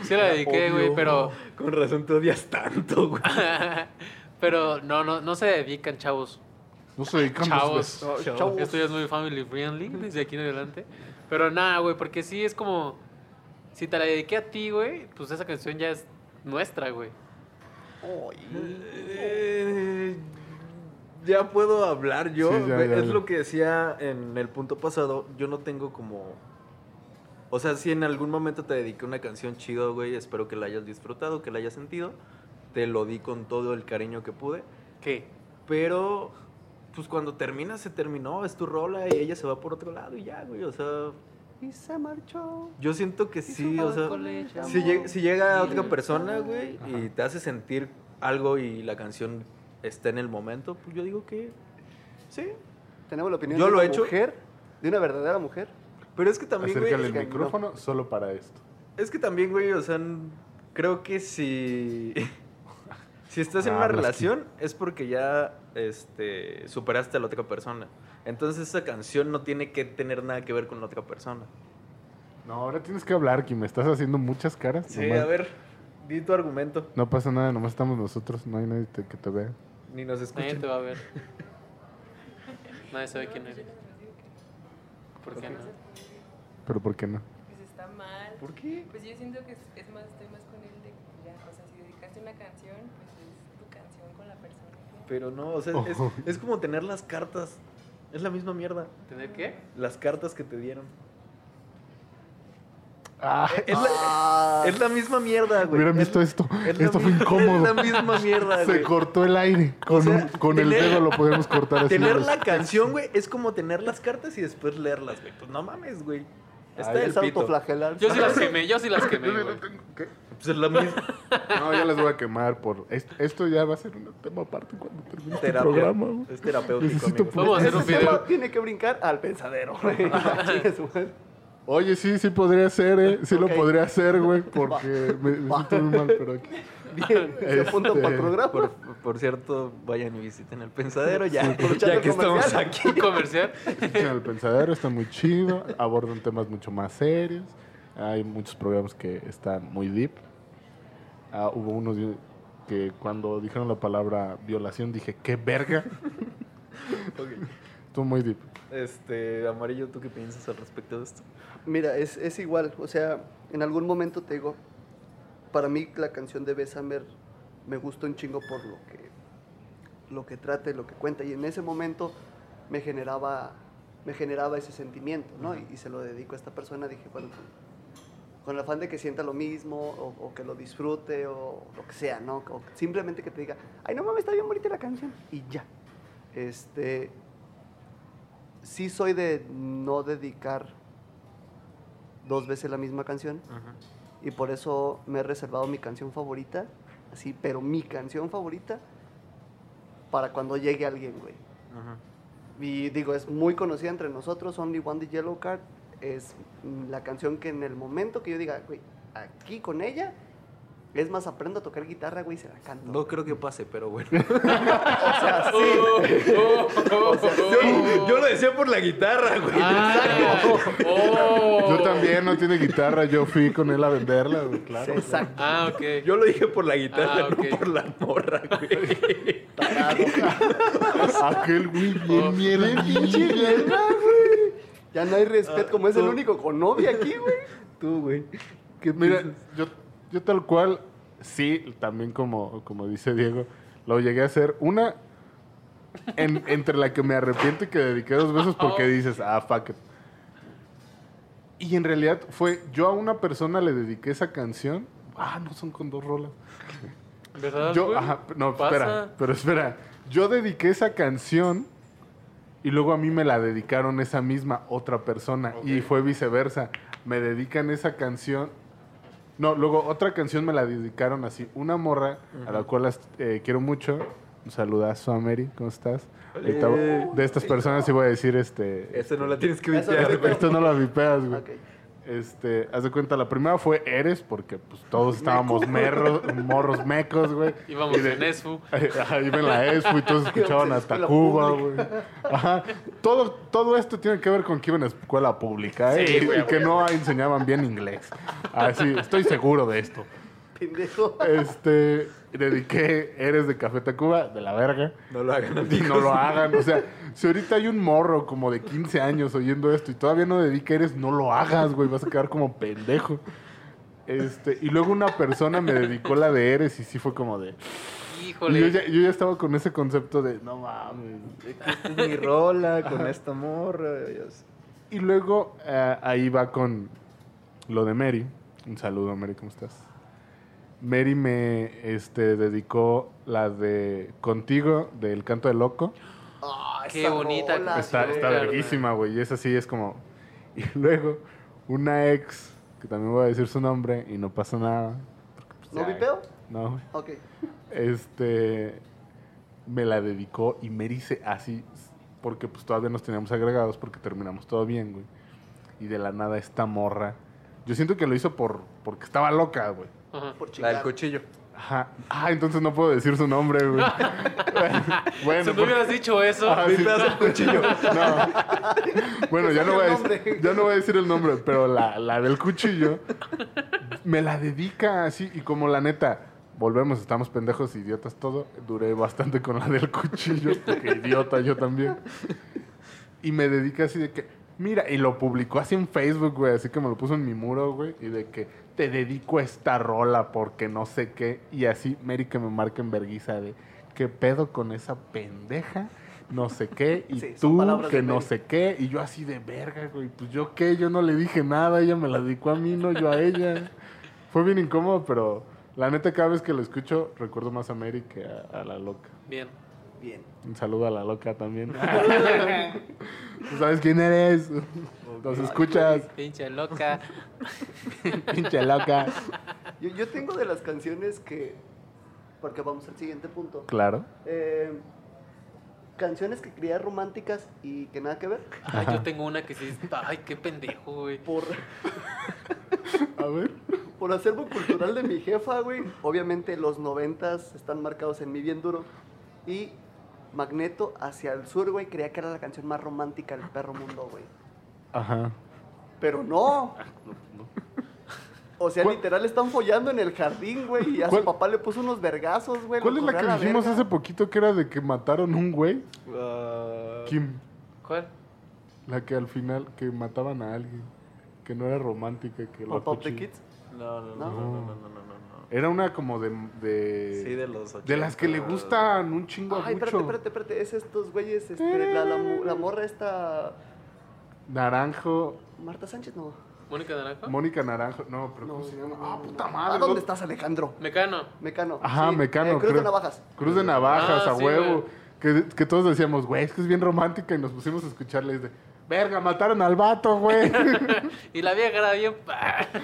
sí la dediqué, güey, Obvio. pero. Con razón te odias tanto, güey. pero no, no, no se dedican, chavos. No se dedican los Chavos. besos. No, chavos. Esto ya es muy family friendly desde aquí en adelante. Pero nada, güey, porque sí es como. Si te la dediqué a ti, güey, pues esa canción ya es nuestra, güey. Eh, ya puedo hablar yo. Sí, ya, ya, es ya. lo que decía en el punto pasado. Yo no tengo como. O sea, si en algún momento te dediqué una canción chido, güey, espero que la hayas disfrutado, que la hayas sentido. Te lo di con todo el cariño que pude. ¿Qué? Pero, pues cuando termina, se terminó. Es tu rola y ella se va por otro lado y ya, güey. O sea, Y se marchó. yo siento que sí, o sea. Amor. Si llega, si llega Sí. otra persona, güey, y te hace sentir algo y la canción está en el momento, pues yo digo que sí. Tenemos la opinión Yo de lo una he hecho. mujer, de una verdadera mujer. Pero es que también, güey, Acércale el es que, que no. micrófono solo para esto. es que también, güey, o sea, n- creo que si si estás en Ah, una hablas relación es porque ya este superaste a la otra persona. Entonces esa canción no tiene que tener nada que ver con la otra persona. No, ahora tienes que hablar, Kim. Estás haciendo muchas caras. Sí, nomás- a ver, di tu argumento, No pasa nada, nomás estamos nosotros. No hay nadie te- que te vea. ni nos Nadie escuchen. te va a ver. Nadie sabe quién eres. ¿Por qué no? Pero ¿por qué no? Pues está mal. ¿Por qué? Pues yo siento que es, es más, estoy más con él de que ya, o sea, si dedicaste una canción, pues es tu canción con la persona. Pero no, o sea, es, Ojo. es como tener las cartas. Es la misma mierda. ¿Tener qué? Las cartas que te dieron. Ah, Es la, Ah, es la misma mierda, güey. hubieran Es- visto esto. es la Esto fue mi- incómodo. Es la misma mierda, Se güey. cortó el aire. Con, sea, un- con el tener- dedo lo podemos cortar así. Tener güey. la canción, güey, es como tener las cartas y después leerlas, güey. Pues no mames, güey. Está Ay, del es pito. autoflagelar. Yo sí las quemé, yo sí las quemé, Yo güey. no tengo- ¿qué? Pues es la misma. No, ya las voy a quemar por... Esto, esto ya va a ser un tema aparte cuando termine este Terapia. programa. güey. Es terapéutico, Necesito amigos. Vamos a hacer Ese un tema video. tiene que brincar al pensadero, güey. Chingue su madre. Oye, sí, sí podría ser, ¿eh? Sí Ok. lo podría hacer, güey, porque me, me Va. siento muy mal, pero aquí... Bien, se apunta Este, para el programa. Por, por cierto, vayan y visiten el pensadero ya. Aprovechando ya que el estamos comercial. aquí. Un comercial. Escuchen el pensadero, está muy chido, abordan temas mucho más serios. Hay muchos programas que están muy deep. Ah, hubo uno de- que cuando dijeron la palabra violación dije, ¡qué verga! Ok. Estuvo muy deep. Este, Amarillo, ¿tú qué piensas al respecto de esto? Mira, es, es igual, o sea, en algún momento te digo, para mí la canción de Besame me gusta un chingo por lo que, lo que trata y lo que cuenta, y en ese momento me generaba, me generaba ese sentimiento, ¿no? y, y se lo dedico a esta persona, dije, bueno, con- con el afán de que sienta lo mismo, o, o que lo disfrute, o lo que sea, ¿no? O simplemente que te diga, ay, no mames, está bien bonita la canción, y ya. Este, sí soy de no dedicar dos veces la misma canción y por eso me he reservado mi canción favorita, así, pero mi canción favorita para cuando llegue alguien, güey. Y digo, es muy conocida entre nosotros, Only One the Yellow Card es mm, la canción que en el momento que yo diga, güey, aquí con ella es más aprendo a tocar guitarra, güey, y se la canto. No creo que pase, pero bueno. O sea, sí. Oh, oh, Yo, oh. yo lo decía por la guitarra, güey. Ah, oh. Yo también, no tiene guitarra, yo fui con él a venderla, güey, claro. Exacto. Ah, ok. Yo lo dije por la guitarra, Ah, ok. no por la morra, güey. tarado. Aquel güey bien Oh. mierdilla. Ya no hay respeto, como Ah, es el único con novia aquí, güey. Tú, güey. Mira, yo, yo tal cual, sí, también como, como dice Diego, lo llegué a hacer. Una, en- entre la que me arrepiento y que dediqué dos veces porque dices, ah, fuck it. Y en realidad fue, yo a una persona le dediqué esa canción. Ah, no son con dos rolas. ¿Verdad, Yo, güey? ajá, no, pues, Pasa. espera, pero espera. Yo dediqué esa canción y luego a mí me la dedicaron esa misma otra persona y fue viceversa. Me dedican esa canción. No, luego otra canción me la dedicaron así. Una morra a la cual las, eh, quiero mucho. Un saludazo a Mary, ¿cómo estás? Ahorita voy- Eh, de estas personas sí voy a decir este. Esta no la tienes que Eso vipear, no- güey. Esto no lo vipeas, güey. Ok. Este, haz de cuenta, la primera fue Eres, porque pues todos estábamos merros, morros mecos, güey. Íbamos Y de- en ESFU. Ajá, Iba en la ESFU y todos escuchaban Íbamos en hasta escuela Cuba, güey. pública. Ajá. Todo, todo esto tiene que ver con que iba en escuela pública, ¿eh? Sí, y, güey, y que no enseñaban bien inglés. Así, estoy seguro de esto. Pendejo. Este, dediqué Eres de Café Tacuba, de la verga. No lo hagan. Y no amigos. lo hagan. O sea, si ahorita hay un morro como de 15 años oyendo esto y todavía no dedica eres, no lo hagas, güey. Vas a quedar como pendejo. Este, y luego una persona me dedicó la de eres y sí fue como de. y Híjole. Yo ya, yo ya estaba con ese concepto de no mames. Esta es mi rola con esta morra. y así. Y luego eh, ahí va con lo de Mary. Un saludo, Mary, ¿cómo estás? Mary me este, dedicó la de Contigo, del Canto de Loco. Ah, Qué esa bonita rola, Está, sí, güey. está claro. verguísima, güey. Y es así, es como. Y luego, una ex, que también voy a decir su nombre y no pasa nada. porque, pues, ¿No ya, vipeo? No, güey. Ok. Este. Me la dedicó y me dice así, porque pues todavía nos teníamos agregados, porque terminamos todo bien, güey. Y de la nada esta morra. Yo siento que lo hizo por porque estaba loca, güey. Ajá. Por La del chingar. cuchillo. Ajá. Ah, entonces no puedo decir su nombre, güey. bueno, si no porque- hubieras dicho eso, Ajá, sí. cuchillo. No. Bueno, Que ya no, saque voy a el decir, nombre. ya no voy a decir el nombre, pero la, la del cuchillo me la dedica así y como la neta, volvemos, estamos pendejos, idiotas, todo, duré bastante con la del cuchillo, porque idiota yo también. Y me dedica así de que, mira, y lo publicó así en Facebook, güey, así que me lo puso en mi muro, güey, y de que te dedico esta rola porque no sé qué, y así Mary que me marca en verguiza de, ¿qué pedo con esa pendeja? No sé qué, y Sí, son tú palabras que de no Mary. sé qué, y yo así de verga, güey, pues yo qué, yo no le dije nada, ella me la dedicó a mí, no yo a ella. Fue bien incómodo, pero la neta cada vez que lo escucho recuerdo más a Mary que a, a la loca. bien. Bien. Un saludo a la loca también. Tú sabes quién eres. Nos escuchas, Pinche loca. pinche loca. Yo, yo tengo de las canciones que. Porque vamos al siguiente punto. Claro. Eh, canciones que creía románticas y que nada que ver. Ay, Ah, yo tengo una que sí. está- Ay, qué pendejo, güey. Por, A ver. por acervo cultural de mi jefa, güey. Obviamente los noventas están marcados en mí bien duro. Y Magneto hacia el sur, güey, creía que era la canción más romántica del perro mundo, güey. Ajá. Pero no. O sea, literal están follando en el jardín, güey. Y a ¿Cuál- su papá le puso unos vergazos, güey. lo ¿Cuál es la corrió a que dijimos verga. hace poquito que era de que mataron un güey? Ah, Kim. ¿Cuál? La que al final, que mataban a alguien. Que no era romántica, que lo ¿Con Pop the acuchill- Kids? No, no, no, no, no, no, no, no, no. Era una como de... Eh, de... Sí, de los 80. de las que le gustan un chingo a Ay, espérate, mucho. espérate, espérate. Es estos güeyes, este, la, la, mu- la morra esta. Naranjo, Marta Sánchez, no. ¿Mónica Naranjo? Mónica Naranjo. No, pero ¿cómo No, se llama? no, Ah, no. puta madre. ¿A dónde lo- estás, Alejandro? Mecano. Mecano. Ajá, sí, Mecano, eh, Cruz creo. de Navajas. Cruz de navajas, Ah, a sí, huevo. Que, que todos decíamos, güey, es que es bien romántica. Y nos pusimos a escucharles de, verga, mataron al vato, güey. Y la vieja era bien. ah, pa-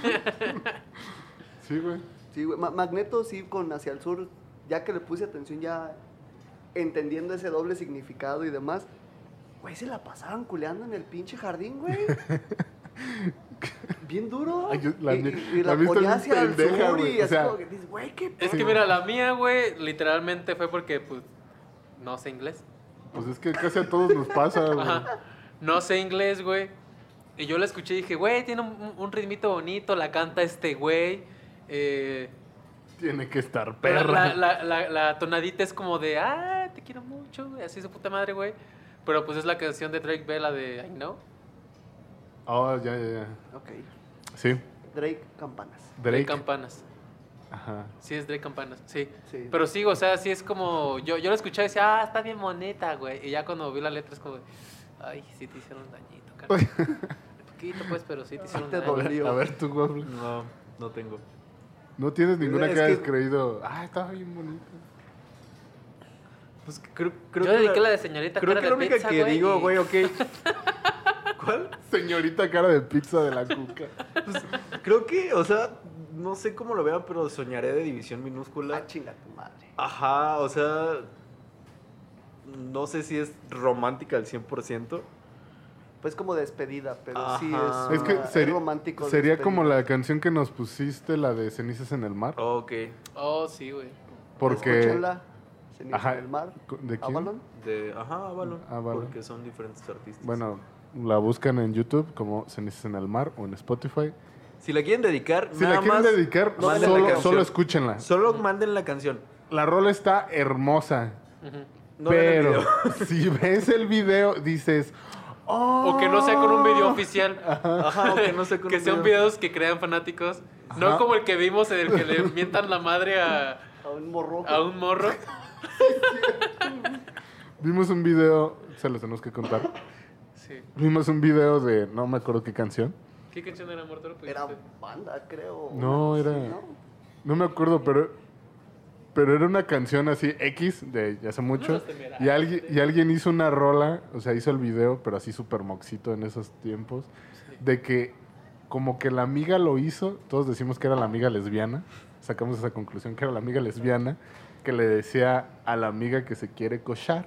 sí, güey. Sí, güey. Ma- Magneto, sí, con Hacia el Sur. Ya que le puse atención, ya entendiendo ese doble significado y demás. Güey, se la pasaban culeando en el pinche jardín, güey. Bien duro. Ay, yo- la y, ni- y- y la la vi tan ponía hacia el pendeja, sur güey, y o así sea- como que dices, güey, qué Es que pedo. mira, la mía, güey, literalmente fue porque, pues, no sé inglés. Pues es que casi a todos nos pasa, güey. Ajá. No sé inglés, güey. Y yo la escuché y dije, güey, tiene un, un ritmito bonito, la canta este güey. Eh, Tiene que estar pero perra. La, la- la- la tonadita es como de, ah, te quiero mucho, güey, así su puta madre, güey. Pero pues es la canción de Drake Bell, la de I Know. Oh, ya, ya, ya. Ok. Sí. Drake Campanas. Drake Drake. Campanas. Ajá. Sí, es Drake Campanas, sí. Sí. Pero sí, o sea, sí es como, yo, yo la escuché y decía, ah, está bien bonita, güey. Y ya cuando vi la letra es como, de, ay, sí te hicieron un dañito, carnal. Poquito, pues, pero sí te hicieron te un daño. dolió. A ver, tú, waffle. No, no tengo. No tienes ninguna Es que hayas que- creído. Ah, estaba bien bonita. Pues que creo, creo yo que dediqué la de señorita Creo cara que de la única pizza, que güey, digo, y- güey, ok. ¿Cuál? Señorita cara de pizza de la cuca. Pues, creo que, o sea, no sé cómo lo vean, pero soñaré de división minúscula. Ah, La Ah, chinga tu madre. Ajá, o sea, no sé si es romántica al 100%, Pues como despedida, pero sí Ajá. es, Es que una- es sería, romántico. de sería este despedida. como la canción que nos pusiste, la de Cenizas en el Mar. Ok, Oh, sí, güey. Porque. Escúchenla, Cenizas Ajá. en el mar, ¿De quién? Avalon. de. Ajá, Avalon. Ah, Avalon. Porque son diferentes artistas. Bueno, la buscan en YouTube como Cenizas en el Mar o en Spotify. Si la quieren dedicar, Si nada la quieren más, dedicar, no manden la solo, canción. solo escúchenla. Solo manden la canción. La rola está hermosa. Ujú. No vean el pero video. si ves el video, dices. "Oh". O que no sea con un video oficial. Ajá, o que no sé con que un sean video. videos que crean fanáticos. No Ajá. como el que vimos en el que le mientan la madre a, A un morro. a un morro. Vimos un video, se los tenemos que contar. Sí. Vimos un video de, no me acuerdo qué canción. ¿Qué canción era Mortoro? Pues, Era este, banda, creo. No, una cosa era- así, ¿no? No me acuerdo, pero, pero era una canción así, X, de hace mucho. los temerarios, Y alguien, y alguien hizo una rola, o sea, hizo el video, pero así súper moxito en esos tiempos, de que como que la amiga lo hizo, todos decimos que era la amiga lesbiana, sacamos esa conclusión que era la amiga lesbiana, que le decía a la amiga que se quiere cochar.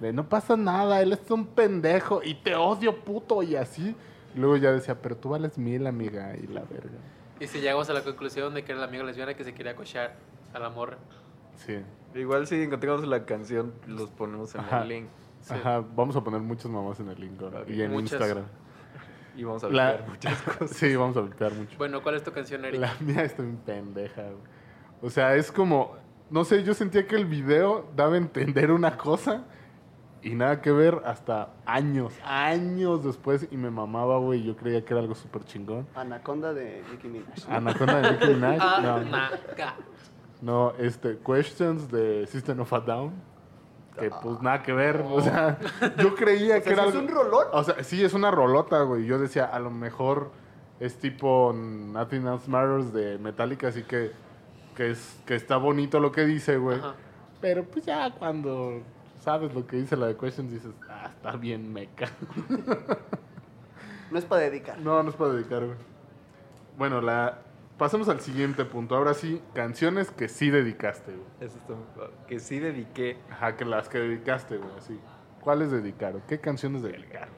De no pasa nada, él es un pendejo y te odio, puto, y así. Y luego ya decía, pero tú vales mil, amiga, y la verga. Y si llegamos a la conclusión de que era la amiga lesbiana que se quería cochar a la morra. Sí. Igual si encontramos la canción, los ponemos en Ajá. el link. Sí. Ajá, vamos a poner muchas mamás en el link ahora, Ok, y en muchas. Instagram. Y vamos a La- ver muchas cosas. Sí, vamos a limpiar mucho. Bueno, ¿cuál es tu canción, Eric? La mía está bien pendeja, güey. O sea, es como, no sé, yo sentía que el video daba a entender una cosa y nada que ver hasta años, años después y me mamaba, güey, yo creía que era algo súper chingón. Anaconda de Nicki Minaj. Anaconda de Nicki Minaj. Ah, No, na, ga. no, este, Questions de System of a Down. Que pues nada que ver, o sea, yo creía O sea, que era ¿sí ¿Es algo... un rolón? O sea, sí, es una rolota, güey. Yo decía, a lo mejor es tipo Nothing Else Matters de Metallica, así que, que, es, que está bonito lo que dice, güey. Ajá. Pero pues ya cuando sabes lo que dice la de Questions, dices, ah, está bien meca. No es para dedicar. No, no es para dedicar, güey. Bueno, la... pasamos al siguiente punto. Ahora sí, canciones que sí dedicaste, güey. Eso está muy padre. Que sí dediqué. Ajá, que las que dedicaste, güey, así. ¿Cuáles dedicaron? ¿Qué canciones dedicaron?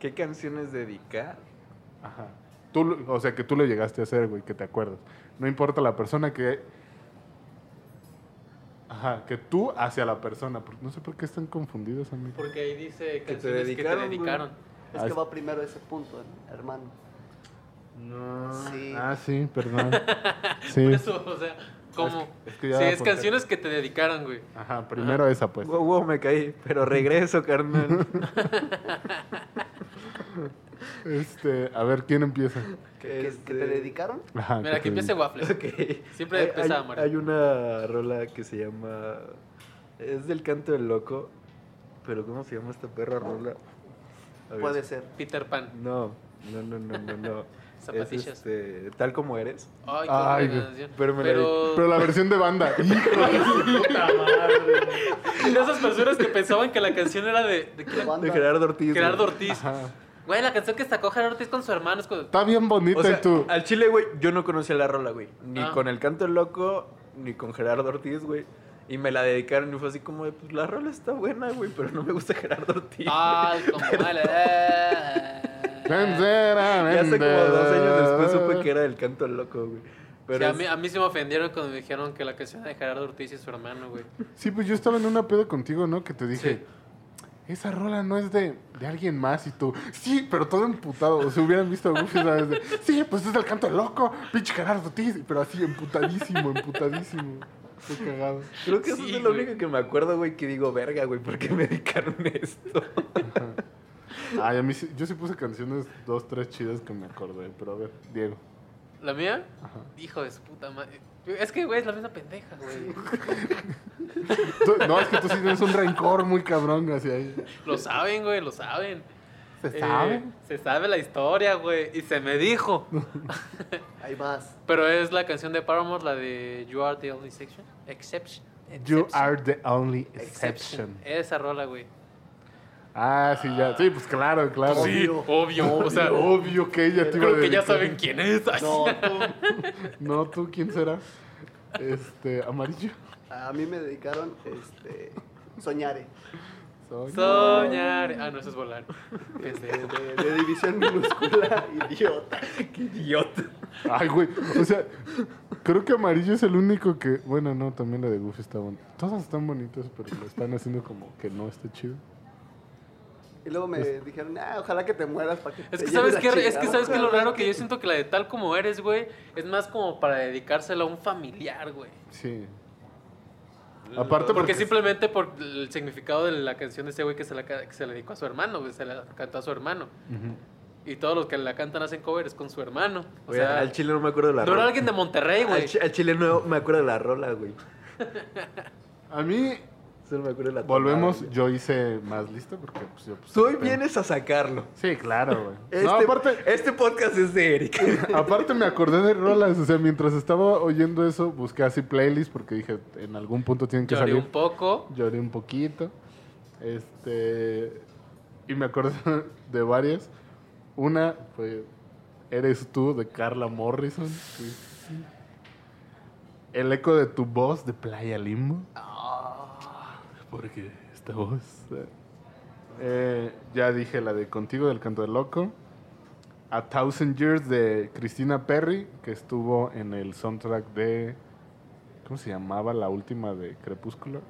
¿Qué canciones dedicar? Ajá. Tú, lo- o sea, que tú lo llegaste a hacer, güey, que te acuerdas. No importa la persona que... Ajá, que tú hacia la persona. porque No sé por qué están confundidos, amigo. Porque ahí dice te canciones que te dedicaron. dedicaron, güey. Es Ah, que es- va primero ese punto, ¿no? hermano. Sí. Ah, sí, perdón. Sí. Por eso, o sea, ¿cómo? Es que- es que ya sí, da es por- canciones que te dedicaron, güey. Ajá, primero esa, pues. Wow, wow, me caí, pero regreso, carnal. Este, a ver, ¿quién empieza? ¿Que, que- que te Este, dedicaron? Ajá. Mira, aquí empieza Waffle. Ok. Siempre Hay- empezaba hay, Mario. hay una rola que se llama. Es del canto del loco. Pero ¿cómo se llama esta perra rola? A ver. Puede ser. Peter Pan. No, no, no, no, no. no. es Zapatillas. este, tal como eres. Ay, qué Ay, buena güey, canción. pero me la Pero la versión de banda. Hijo de su puta madre. De esas personas que pensaban que la canción era de, de quién era? Banda. De Gerardo Ortiz. güey. Gerardo Ortiz. Ajá. Güey, la canción que sacó Gerardo Ortiz con su hermano es con... Está bien bonita O sea, y tú. al chile, güey, yo no conocía la rola, güey. Ni Ah. con el canto del loco, ni con Gerardo Ortiz, güey. Y me la dedicaron y fue así como de, pues la rola está buena, güey, pero no me gusta Gerardo Ortiz. Ay, como vale. eh, Ya Ya hace como dos años después supe que era del canto del loco, güey. Pero Sí, a, es- mí, a mí se me ofendieron cuando me dijeron que la canción era de Gerardo Ortiz y su hermano, güey. Sí, pues yo estaba en una pedo contigo, ¿no? Que te dije, esa rola no es de, de alguien más. Y tú, sí, pero todo emputado. O sea, hubieran visto a Goofy, ¿sabes? De, sí, pues es del canto del loco, pinche Gerardo Ortiz. Pero así, emputadísimo, emputadísimo. Qué cagado. Creo que Sí, eso es lo güey. único que me acuerdo, güey, que digo, verga, güey, ¿por qué me dedicaron esto? Ay, a mí sí- yo sí puse canciones, dos, tres chidas que me acordé. Pero a ver, Diego. ¿La mía? Hijo de su puta madre. Es que, güey, es la misma pendeja, güey. Tú- no, es que tú sí tienes un rencor muy cabrón hacia ella. Lo saben, güey, lo saben. ¿Se Eh, sabe? se sabe la historia, güey. Y se me dijo. Ahí vas. Pero es la canción de Paramore, la de You Are the Only Exception. Exception. You Eh, Exception. are the only exception. Esa rola, güey. Ah, sí, ya. Sí, pues claro, claro. Sí, obvio. O sea, Obvio que ella te iba a creo que ya dedicar. saben quién es. Ay, No, tú. No, tú, ¿quién será? Este, amarillo. A mí me dedicaron, este, Soñare. Soñar. Ah, no, eso es volar. Pendejo. De, de división minúscula, idiota. Qué idiota. Ay, güey. O sea, creo que amarillo es el único que. Bueno, no, también la de Goofy está bonita. Todas están bonitas, pero lo están haciendo como que no está chido. Y luego me dijeron, ah, ojalá que te mueras para que Es te que, lleves ¿sabes la qué? es que chingada". sabes que lo raro que yo siento que la de tal como eres, güey, es más como para dedicársela a un familiar, güey. Sí. Aparte, Porque porque, simplemente por el significado de la canción de ese güey que se la, ca- que se la dedicó a su hermano, güey, se la cantó a su hermano. Ujú. Y todos los que la cantan hacen covers con su hermano. O Güey, sea, al chile no me acuerdo de la no era rola. alguien de Monterrey, Al, güey. chi- al chile no me acuerdo de la rola, güey. a mí, Solo me acuerdo de la volvemos. tonada, Yo güey. hice más lista porque, pues yo. Pues, Tú tengo- vienes a sacarlo. Sí, claro, güey. Este, No, aparte, este podcast es de Eric. aparte me acordé de rolas. O sea, mientras estaba oyendo eso, busqué así playlists porque dije, en algún punto tienen que Lloré salir. un poco. Lloré un poquito. Este. Y me acuerdo de varias. Una fue Eres tú de Carla Morrison. Sí. El eco de tu voz de Playa Limbo. Porque esta voz. eh. Eh, ya dije la de Contigo del Canto del Loco. A Thousand Years de Christina Perry, que estuvo en el soundtrack de. ¿Cómo se llamaba la última de Crepúsculo?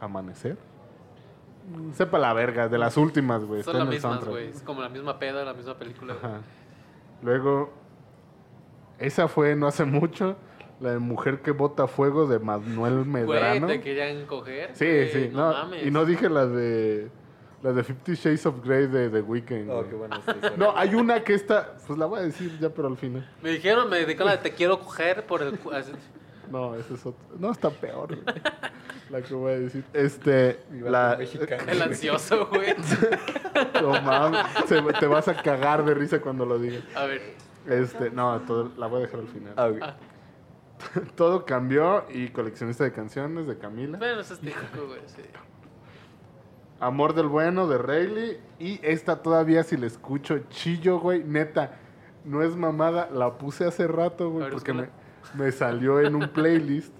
Amanecer. Sepa la verga, de las últimas, güey. Son está las en el mismas, soundtrack. güey. Es como la misma peda, la misma película. güey. Ajá. Luego, esa fue no hace mucho, la de Mujer que bota fuego de Manuel Güey, Medrano. te querían coger. Sí, güey, sí, Eh, No, no, mames. y no dije la de la de Fifty Shades of Grey de The Weeknd. Oh, güey. qué bueno. este, sorry. No, hay una que está, pues la voy a decir ya, pero al final. Me dijeron, me dedicaron a la de te quiero coger por el. cu- así- No, esa es otra. No, está peor. güey. La que voy a decir. Este, Viva la mexicana. El ansioso, güey. no mames, se- te vas a cagar de risa cuando lo diga. A ver. Este, no, todo- la voy a dejar al final. Ah, güey. Todo cambió y coleccionista de canciones de Camila. Bueno, eso es típico, güey. Sí. Amor del Bueno de Rayleigh. Y esta todavía, si la escucho, chillo, güey. Neta, no es mamada. La puse hace rato, A güey, ver, porque me, búscala. me salió en un playlist.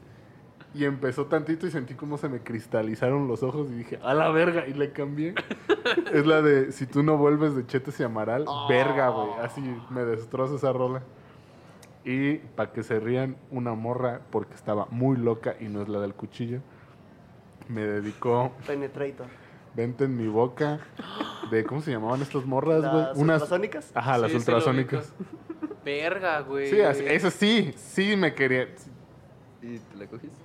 Y empezó tantito y sentí como se me cristalizaron los ojos y dije, a la verga, y le cambié. es la de Si tú no vuelves de Chetes y Amaral. Ah. Verga, güey. Así me destroza esa rola. Y para que se rían, una morra, porque estaba muy loca y no es la del cuchillo, me dedicó Penetrator. Vente en mi boca. De cómo se llamaban estas morras, güey. Las Unas. ultrasónicas. Ah. Ajá, Ah, las Sí, sí lo ultrasónicas. Verga, güey. Sí, así- eso sí, sí me quería. ¿Y te la cogiste?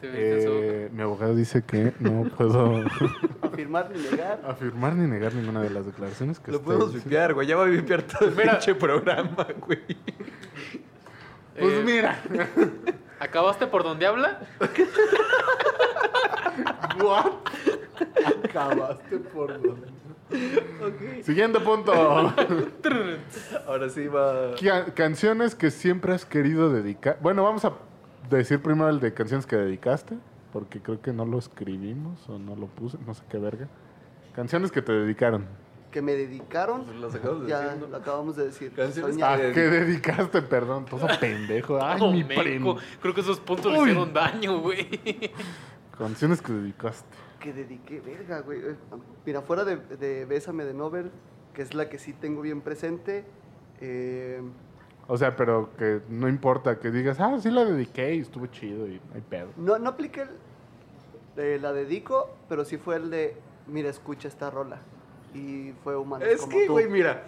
Te metiste en su- Eh, mi abogado dice que no puedo Afirmar ni negar. afirmar ni negar ninguna de las declaraciones que Lo usted podemos dice. vipear, güey. Ya va a vipear todo el pinche programa, güey. Pues Eh, mira, ¿Acabaste por donde habla? what? Acabaste por donde. Siguiente punto. Ahora sí va. Ca- canciones que siempre has querido dedicar. Bueno, vamos a decir primero el de canciones que dedicaste, porque creo que no lo escribimos o no lo puse, no sé qué verga. Canciones que te dedicaron. Que me dedicaron. Los acabas de Ya decir, ¿no? lo acabamos de decir. Canciones Ah. Soñar. ¿A que- qué dedicaste? Perdón, todo pendejo. Ay, Oh, mi meco. primo. Creo que esos puntos le Uy. hicieron daño, güey. Canciones que dedicaste. que dediqué, verga, güey. Eh, Mira, fuera de, de Bésame de Nobel, que es la que sí tengo bien presente, eh, O sea, pero que no importa que digas, ah, sí la dediqué y estuvo chido y no hay pedo. no, no apliqué el, eh, la dedico, pero sí fue el de, mira, escucha esta rola. Y fue humano. Es que, güey, mira.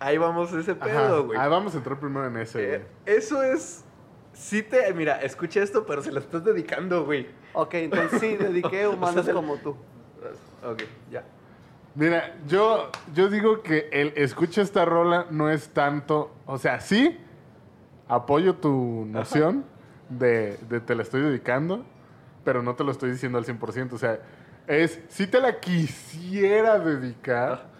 Ahí vamos a ese Ajá. pedo, güey. Ah, vamos a entrar primero en ese, güey. Eh, eso es. Sí te. Mira, escucha esto, pero se lo estás dedicando, güey. Ok, entonces sí, dediqué humanos del- como tú. Ok, ya. Mira, yo, yo digo que el escucha esta rola no es tanto. O sea, sí, apoyo tu noción de, de te la estoy dedicando, pero no te lo estoy diciendo al 100%. O sea, es si te la quisiera dedicar,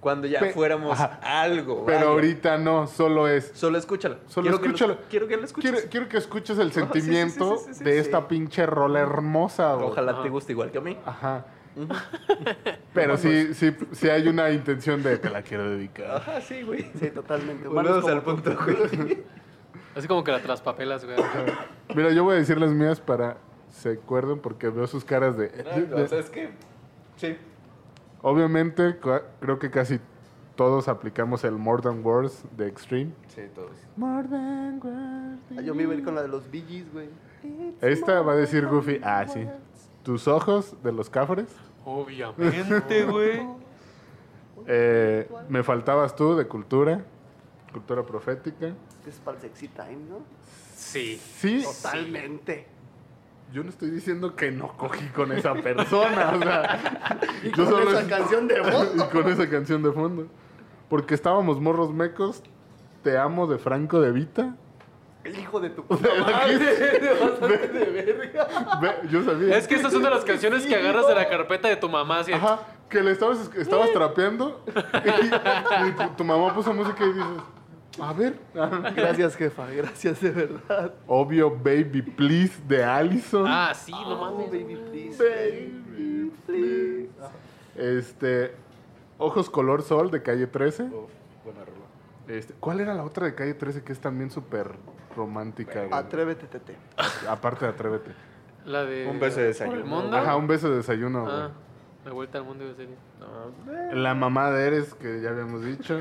Cuando ya Pe- fuéramos Ajá. algo, pero vaya. ahorita no, solo es. Solo escúchala. Solo Quiero que lo- escúchala. quiero que la Quiero, escuches. quiero que escuches el sí, sí, sí, sentimiento sí, sí, de sí. esta pinche rola hermosa. güey. Ojalá Ajá. te guste igual que a mí. Ajá. Pero sí, sí, sí hay una intención de te la quiero dedicar. Ajá, sí, güey. Sí, totalmente. Humanos Volvemos al como tú. punto, güey. Así como que la traspapelas, güey. Mira, yo voy a decir las mías para se acuerden porque veo sus caras de. No, o sea, es que Sí. Obviamente, cua- creo que casi todos aplicamos el More Than Words de Extreme. Sí, todos. More Than Words. Yo me iba a ir con la de los Bee Gees, güey. Esta va a decir Goofy, ah, sí. Tus ojos de los cafres. Obviamente, güey. Eh, me faltabas tú de cultura, cultura profética. Es que es para el sexy time, ¿no? Sí. Sí, Totalmente. yo no estoy diciendo que no cogí con esa persona. o sea, Y yo con solo esa est- canción de y fondo. con esa canción de fondo. Porque estábamos morros mecos, Te amo de Franco de Vita. El hijo de tu puta Aquí- madre. Ve, yo sabía. Es que esta es una de las canciones que agarras de la carpeta de tu mamá. Así, Ajá, que le estabas, estabas trapeando y, y tu- tu mamá puso música y dices, a ver. Gracias, jefa. Gracias, de verdad. Obvio, Baby Please de Allison. Ah, sí, no Oh, mames. baby, please. Baby, please. Este, Ojos Color Sol de Calle 13. Uf, buena rola. Este, ¿Cuál era la otra de Calle 13 que es también súper romántica? güey? Atrévete, tete. Aparte de Atrévete. La de. Un beso de desayuno. ¿Por el mundo? Ajá, un beso de desayuno. güey. Ah, la vuelta al mundo de serie. No. La mamá de Eres, que ya habíamos dicho.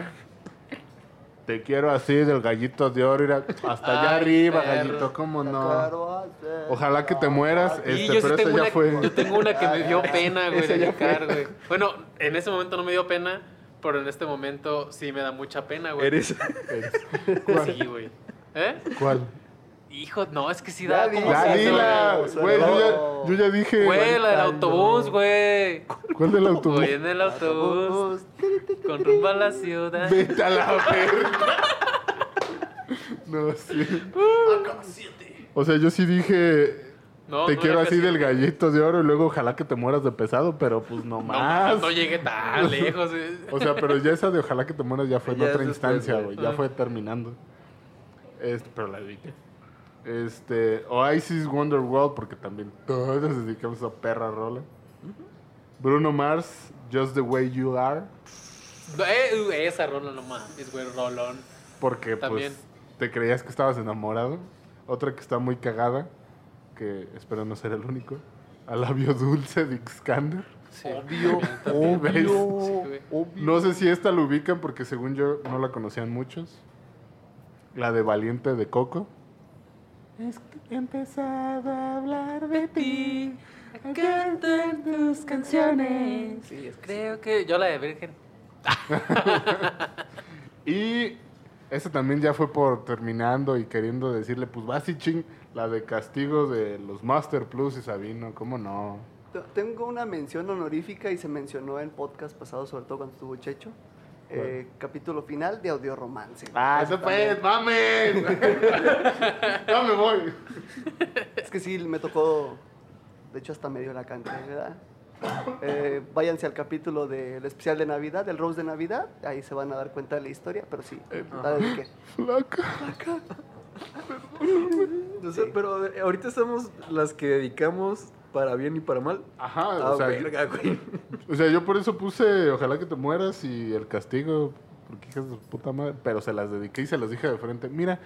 Te quiero así, del gallito de oro. mira, Hasta allá Ay, arriba, perro. gallito, ¿cómo Oh, no? Claro, ah, hace- Ojalá que te mueras. Y Este, yo, sí pero esta tengo ya una, fue. yo tengo una que me dio pena, güey, Esa de ya fue. dedicar, güey. Bueno, en ese momento no me dio pena, pero en este momento sí me da mucha pena, güey. Eres. Eres. Sí, güey. ¿Eh? Este, ¿cuál? Hijo, no, es que sí Ya da di- como... Ya sí, dila, sí, güey. Yo no. ya, yo ya dije. Güey, la del autobús, güey. ¿Cuál del autobús? Voy en el autobús Autobús. Tiri, tiri, con tiri. rumbo a la ciudad. Vete a la verga. No, sí. O sea, yo sí dije. No, te no quiero era así casi- del gallito de oro y luego ojalá que te mueras de pesado, pero pues no No, más. no llegué tan lejos. eh. O güey. sea, pero ya esa de ojalá que te mueras ya fue en Ya es otra después, instancia, güey. güey. Ya Ah. fue terminando. Este, pero la dediqué. Este, Oasis Wonderworld, porque también todos nos dedicamos a perra rola. Bruno Mars, Just the Way You Are, Eh, uh, esa rola no mames, güey, rolón. porque También. pues te creías que estabas enamorado. Otra que está muy cagada, que espero no ser el único. A labio dulce de Xcander. Sí. Obvio, También. obvio, Sí, güey. No sé si esta la ubican porque según yo no la conocían muchos. La de Valiente de Coco. Es que he empezado a hablar de ti. Cantan tus canciones. Sí, es que Creo que yo la de Virgen. Y esa también ya fue por terminando y queriendo decirle, pues vas y ching, la de castigo de los Master Plus y Sabino, ¿cómo no? T- Tengo una mención honorífica y se mencionó en podcast pasado, sobre todo cuando estuvo Checho. Eh, capítulo final de Audio Romance. Ah, eso pues, mames. ya me voy. Es que sí, me tocó. De hecho, hasta medio la canté, ¿verdad? Eh, váyanse al capítulo del especial de Navidad, del Rose de Navidad. Ahí se van a dar cuenta de la historia, pero sí. la dediqué. Flaca. No sé, pero a ver, ahorita estamos las que dedicamos para bien y para mal. Ajá, Ah, o sea, yo- verga, güey. O sea, yo por eso puse Ojalá que te mueras y el castigo, porque hijas de su puta madre. Pero se las dediqué y se las dije de frente. Mira,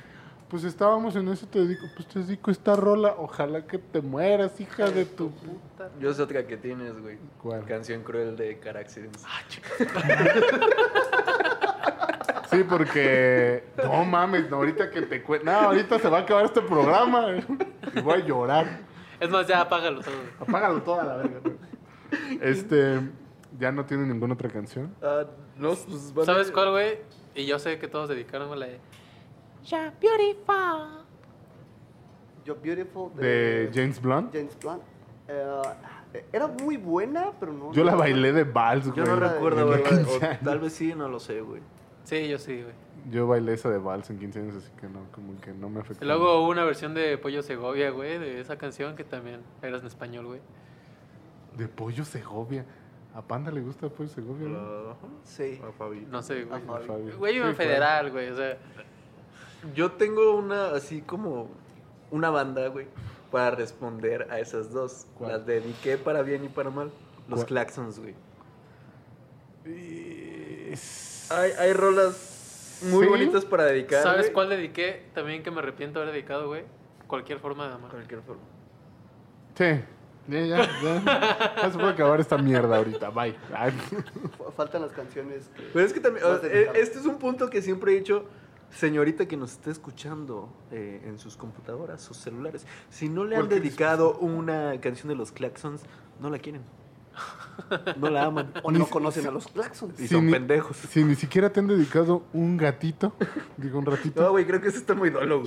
pues estábamos en eso, te dedico, pues te dedico esta rola. Ojalá que te mueras, hija de tu puta. Yo sé otra que tienes, güey. ¿Cuál? Canción cruel de Car Accidents. Sí, porque. No mames, no, ahorita que te cuento. No, ahorita se va a acabar este programa. Y voy a llorar. Es más, ya apágalo todo. güey. Apágalo toda la verga. Este. ¿Ya no tiene ninguna otra canción? Ah, no, pues vale. ¿Sabes cuál, güey? Y yo sé que todos dedicaron a la de... Ya, beautiful. Yo Beautiful De James Blunt. James Blunt. Eh, era muy buena, pero no. Yo la bailé de vals, güey. Yo no Güey, recuerdo, en güey. mi 15 o años. Tal vez sí, no lo sé, güey. Sí, yo sí, güey. Yo bailé esa de vals en 15 años, así que no, como que no me Y afectó. Luego hubo una versión de Pollo Segovia, güey, de esa canción que también eras en español, güey. De Pollo Segovia. A Panda le gusta Pollo Segovia, ¿no? Sí. Ah, Fabi. No sé, güey. Ajá. Fabi. Güey, iba Sí, en federal, güey. O sea, Yo tengo una, así como, una banda, güey, para responder a esas dos. ¿Cuál? Las dediqué para bien y para mal. Los ¿Cuál? claxons, güey. claro. Es- Hay, hay rolas muy ¿Sí? bonitas para dedicar. ¿sabes güey. cuál dediqué? También que me arrepiento de haber dedicado, güey. Cualquier forma de amar. Cualquier forma. Sí. Ya, ya, ya. Ya se puede acabar esta mierda ahorita. Bye. Ay. F- Faltan las canciones. que- Pero es que también, Vas a o- e- dedicar. este es un punto que siempre he dicho, señorita que nos esté escuchando eh, en sus computadoras, sus celulares, si no le han Cualquier dedicado una canción de los Claxons, no la quieren. No la aman. O no conocen a los claxons. Y Si son ni- pendejos. Si ni siquiera te han dedicado un gatito, digo un No, ratito, güey, creo que eso está muy dolo.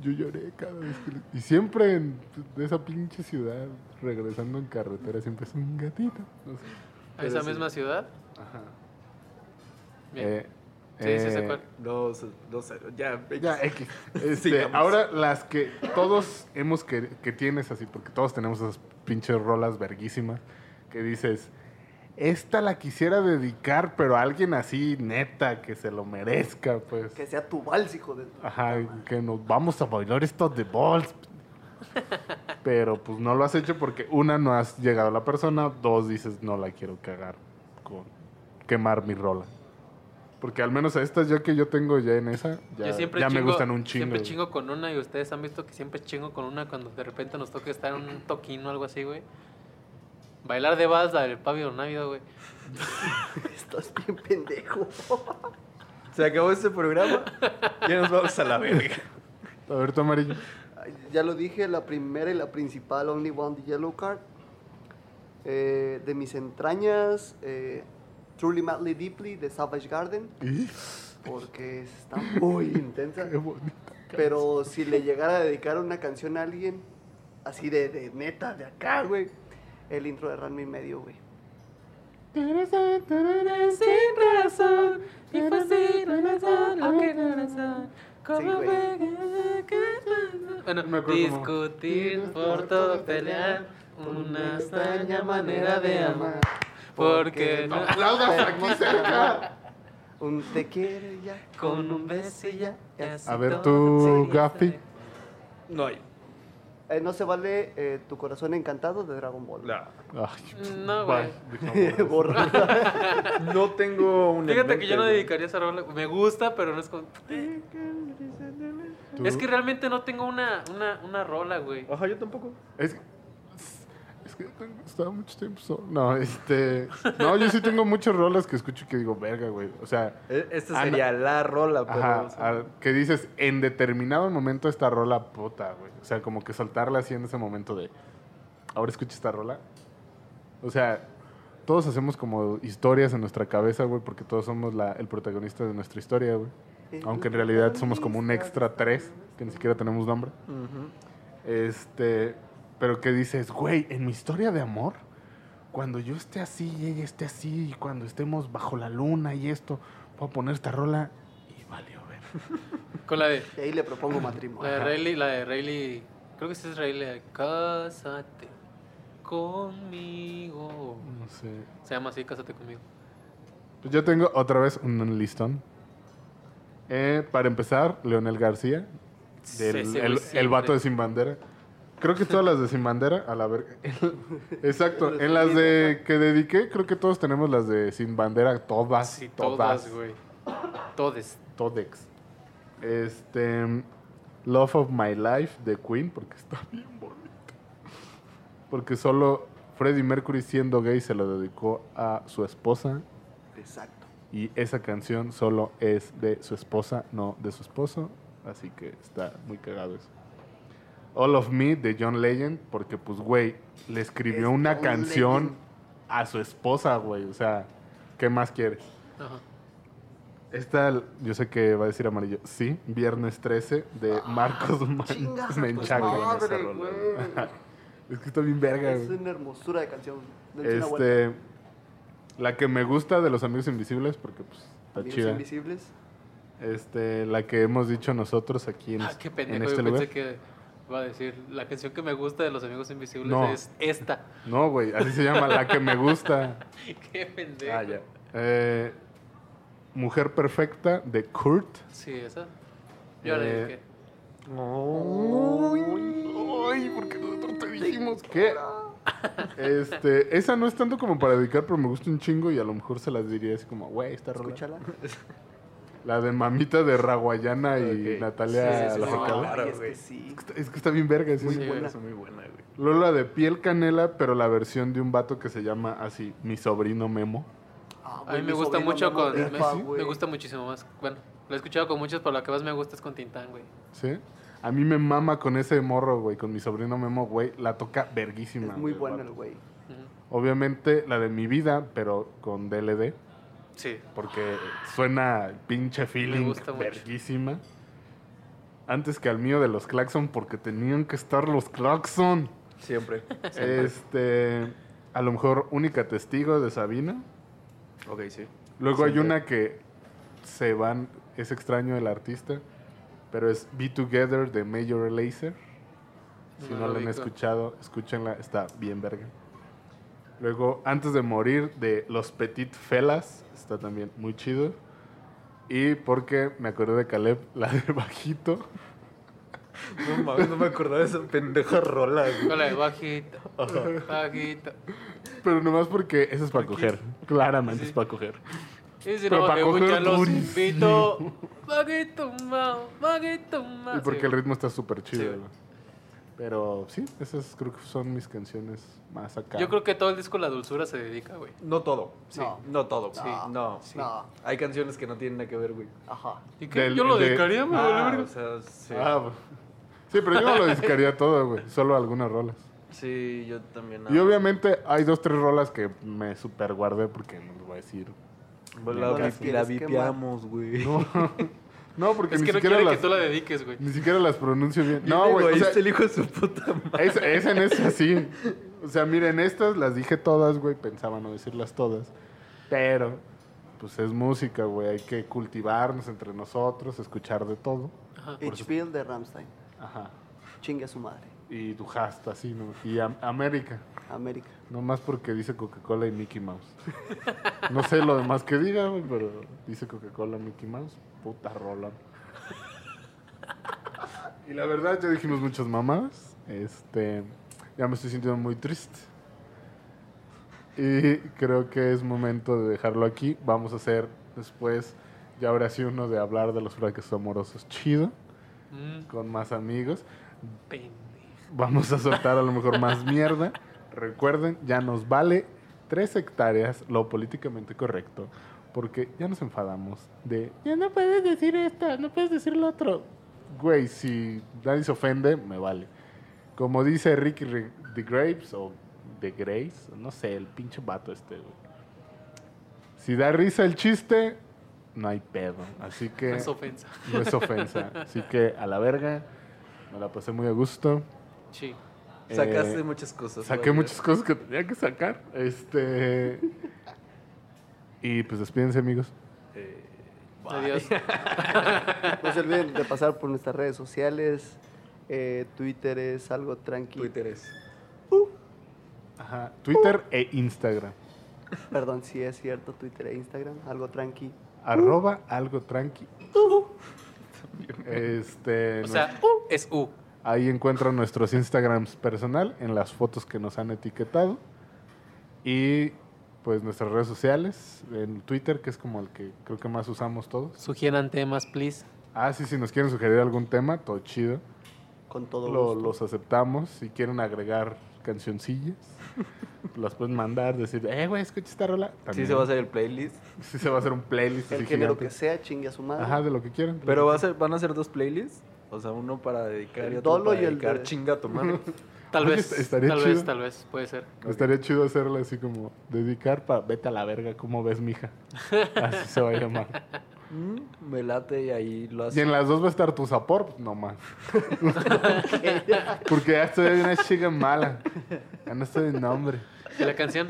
yo lloré cada vez que... lo- Y siempre en de esa pinche ciudad, regresando en carretera, siempre es un gatito. No sé. ¿A esa Pero sí. misma ciudad? Ajá. Bien. Eh, sí, sí, sé eh, cuál. Dos, dos, ya. Ya, X. Este, Sigamos. ahora las que todos hemos que, que tienes así, porque todos tenemos esas pinches rolas verguísimas que dices, esta la quisiera dedicar, pero a alguien así neta, que se lo merezca, pues. Que sea tu vals, hijo de... Ajá, que nos vamos a bailar estos de balls. Pero pues no lo has hecho porque una, no has llegado a la persona, dos, dices, no la quiero cagar con quemar mi rola. Porque al menos a estas yo que yo tengo ya en esa, ya, Yo siempre ya chingo, me gustan un chingo. Siempre güey. chingo con una y ustedes han visto que siempre chingo con una cuando de repente nos toca estar en un toquín o algo así, güey. Bailar de vals, la del pabio navido, güey. Estás bien pendejo. Se acabó este programa. Ya nos vamos a la verga. A ver, tú amarillo. Ay, Ya lo dije, la primera y la principal, Only One, The Yellow Card. Eh, de mis entrañas, eh, Truly Madly Deeply, de Savage Garden, Y- porque está muy intensa. qué bonito. Pero si le llegara a dedicar una canción a alguien, así de, de neta, de acá, güey, el intro de Ranma y medio, güey. Sin razón, y fue sin razón, aunque no razón. Sí, ¿Cómo güey. fue que- que- Bueno, Me acuerdo discutir como- por todo pelear, una extraña manera de amar. Porque no- Aplaudas aquí cerca. Un te quiere ya. con un beso y ya. y así A ver, todo tú, sería Gafi. No hay. Eh, no se vale eh, tu corazón encantado de Dragon Ball. No, Ay, No, güey. bye. Dijo, Borra. no tengo un. Fíjate que yo no dedicaría esa rola. Me gusta, pero no es como... tú- Es que realmente no tengo una, una, una rola, güey. Ajá, yo tampoco. Es que, es que yo tengo- estaba mucho tiempo solo. No, este. No, yo sí tengo muchas rolas que escucho y que digo, verga, güey. O sea, E- Esta Ah, no. sería la rola, pero. ajá, o sea, a- que dices, en determinado momento esta rola puta, güey. O sea, como que soltarla así en ese momento de, ahora escucha esta rola. O sea, todos hacemos como historias en nuestra cabeza, güey, porque todos somos la- el protagonista de nuestra historia, güey. Aunque en realidad somos como un extra tres, que ni siquiera tenemos nombre. ujú. Este, pero que dices, güey, en mi historia de amor, cuando yo esté así y ella esté así, y cuando estemos bajo la luna y esto, voy a poner esta rola y valió ver. Con la de... Y ahí le propongo La de matrimonio. Rayleigh, la de Rayleigh, creo que sí es Rayleigh, Cásate conmigo. No sé. Se llama así, Cásate conmigo. Pues yo tengo otra vez un listón. Eh, para empezar, Leonel García, del- Ese güey el, el siempre. vato de Sin Bandera. Creo que todas las de Sin Bandera, a la verga. Exacto, en las de que dediqué, creo que todos tenemos las de Sin Bandera, todas. Sí, todas. todas, güey. Todes. Todex. Este. Love of My Life de Queen, porque está bien bonito. Porque solo Freddie Mercury, siendo gay, se lo dedicó a su esposa. Exacto. Y esa canción solo es de su esposa, no de su esposo. Así que está muy cagado eso. All of Me de John Legend, porque pues, güey, le escribió Es una John canción Legend. a su esposa, güey. O sea, ¿qué más quieres? Ajá. Esta, yo sé que va a decir amarillo. Sí, viernes 13 de Marcos Man- Ah, Chingas a tu Menchaca. madre, rola, güey. Es que está bien verga, Es güey. una hermosura de canción. Dense una vuelta. Este, la que me gusta de los amigos invisibles, porque pues está Amigos chida. Invisibles. Este, la que hemos dicho nosotros aquí en, Ah, es- qué en pendejo, este yo lugar. pensé que iba a decir, la canción que me gusta de Los Amigos Invisibles No. es esta. No, güey, así se llama, la que me gusta. qué pendejo. Ah, ya. Eh, Mujer Perfecta de Kurt. Sí, esa. Yo la Eh, dije. Ay, porque nosotros te dijimos que. Este, esa no es Ah, tanto como para dedicar, pero me gusta un chingo y a lo mejor se las diría así como, güey, esta rola. Escúchala. La de mamita de Raguayana y Ok. Natalia Sí, sí, sí, la sí. Jacala. claro, Ay, es güey. que sí. Es que está- Es que está bien verga. sí, Muy sí. Sí, buena, güey. es muy buena, güey. Lola de piel canela, pero la versión de un vato que se llama así, mi sobrino Memo. Ah, A güey, mí mi me gusta sobrino mucho me con. lo Me, rifa, güey. me gusta muchísimo más. Bueno, lo he escuchado con muchas, pero la que más me gusta es con Tintán, güey. ¿Sí? A mí me mama con ese morro, güey, con mi sobrino Memo, güey. La toca verguísima. Es güey, muy el bueno el vato. güey. Ujú. Obviamente la de mi vida, pero con DLD, Sí. porque suena el pinche feeling gusta mucho. verguísima. Antes que al mío de los Claxon, porque tenían que estar los Claxon. Siempre. Este, a lo mejor única testigo de Sabina. ok, sí. Luego hay Siempre. una que se van, es extraño el artista, pero es Be Together de Major Lazer. Si No no, lo la han ubico. escuchado, escúchenla, está bien verga. Luego, Antes de Morir de Los Petit Felas, está también muy chido. Y porque me acordé de Caleb, la de Bajito. No mames, no me acordaba de esa pendeja rola, güey. Hola, bajito. Bajito. Pero nomás porque eso es para coger. Claramente Sí. es para coger. Y si Pero no para me coger escuchan, los durísimo. invito. Bajito, mao. Bajito, mao. Y porque Ah, Sí, el ritmo está súper chido. Sí, güey. ¿no? Pero sí, esas creo que son mis canciones más acá. Yo creo que todo el disco La Dulzura se dedica, güey. No todo. Sí. No. No, todo. Sí. No. sí. No. Hay canciones que no tienen nada que ver, güey. Ajá. ¿Y qué? Del- Yo lo de- dedicaría, me vale Ah, verga. o sea, sí. Ah, bu- sí, pero yo no lo discaría todo, güey. Solo algunas rolas. Sí, yo también. Y ah, obviamente hay dos, tres rolas que me super guardé porque no les voy a decir. La, No las vi- la quieres quemar. vipiamos, güey. No, no porque Es ni, que no siquiera quiere las, que tú la dediques, güey. ni siquiera las pronuncio bien. Bien No, güey. o egoísta sea, el hijo de su puta madre. es, es en esa sí. O sea, miren, estas las dije todas, güey. Pensaba no decirlas todas. Pero, pues es música, güey. Hay que cultivarnos entre nosotros, escuchar de todo. Ajá. Each Bill de Ramstein. Ajá. Chingue a su madre. Y tu hasta así, ¿no? Y Am- América. América. Nomás porque dice Coca-Cola y Mickey Mouse. No sé lo demás que diga, güey, pero dice Coca-Cola, Mickey Mouse. Puta rola. Y la verdad, ya dijimos muchas mamadas. Este, ya me estoy sintiendo muy triste. Y creo que es momento de dejarlo aquí. Vamos a hacer después, ya ahora sí, uno de hablar de los fracasos amorosos chido, Mm, con más amigos. pendejo. Vamos a soltar a lo mejor más mierda. Recuerden, ya nos vale tres hectáreas lo políticamente correcto. Porque ya nos enfadamos de, ya no puedes decir esto, no puedes decir lo otro. Güey, si nadie se ofende, me vale. Como dice Ricky Re- The Grapes o The Grace, no sé, el pinche vato este, güey. Si da risa el chiste, no hay pedo. Así que... No es ofensa. No es ofensa. Así que a la verga. Me la pasé muy a gusto. Sí. Eh, Sacaste muchas cosas. Saqué güey. muchas cosas que tenía que sacar. Este. y pues despídense, amigos. Eh, bye. Adiós. No se olviden de pasar por nuestras redes sociales. Eh, Twitter es algo tranqui. Twitter es. Ajá. Twitter e Instagram. Perdón, sí es cierto, Twitter e Instagram, algo tranqui. Arroba algo tranqui. Este. O sea, uh, es U. Ahí encuentran nuestros Instagrams personal en las fotos que nos han etiquetado. Y pues nuestras redes sociales, en Twitter, que es como el que creo que más usamos todos. Sugieran temas, please. Ah, sí, si nos quieren sugerir algún tema, todo chido. Con todo Lo- gusto. los aceptamos. Si quieren agregar cancioncillas, las pueden mandar, decir, eh, güey, escucha esta rola. Sí, También. se va a hacer el playlist. Sí se va a hacer un playlist. El así género gigante. que sea, chingue a su madre. Ajá, de lo que quieran. Pero va a ser- van a ser dos playlists. O sea, uno para dedicar El y otro dolo para y el dedicar de- chinga a tu madre. Tal Oye, vez. est- estaría tal chido. vez, tal vez. Puede ser. Estaría chido hacerla así como, dedicar para, vete a la verga, ¿cómo ves, mija? Así se va a llamar. Mm, Me late y ahí lo Y haces. en las dos va a estar tu sapor, pues, no más. Porque ya estoy una chica mala. Ya no estoy de nombre. ¿Y la canción?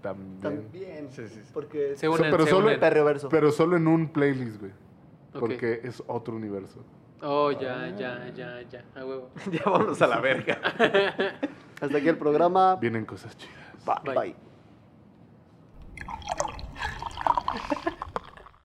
También. También. Sí, sí, sí. Porque Se unen, pero se solo- unen. perreo verso. Pero solo en un playlist, güey. Ok. Porque es otro universo. Oh, ya, ya, ya, ya. A huevo. Ya vámonos a la verga. Hasta aquí el programa. Vienen cosas chidas. Bye. Bye. Bye.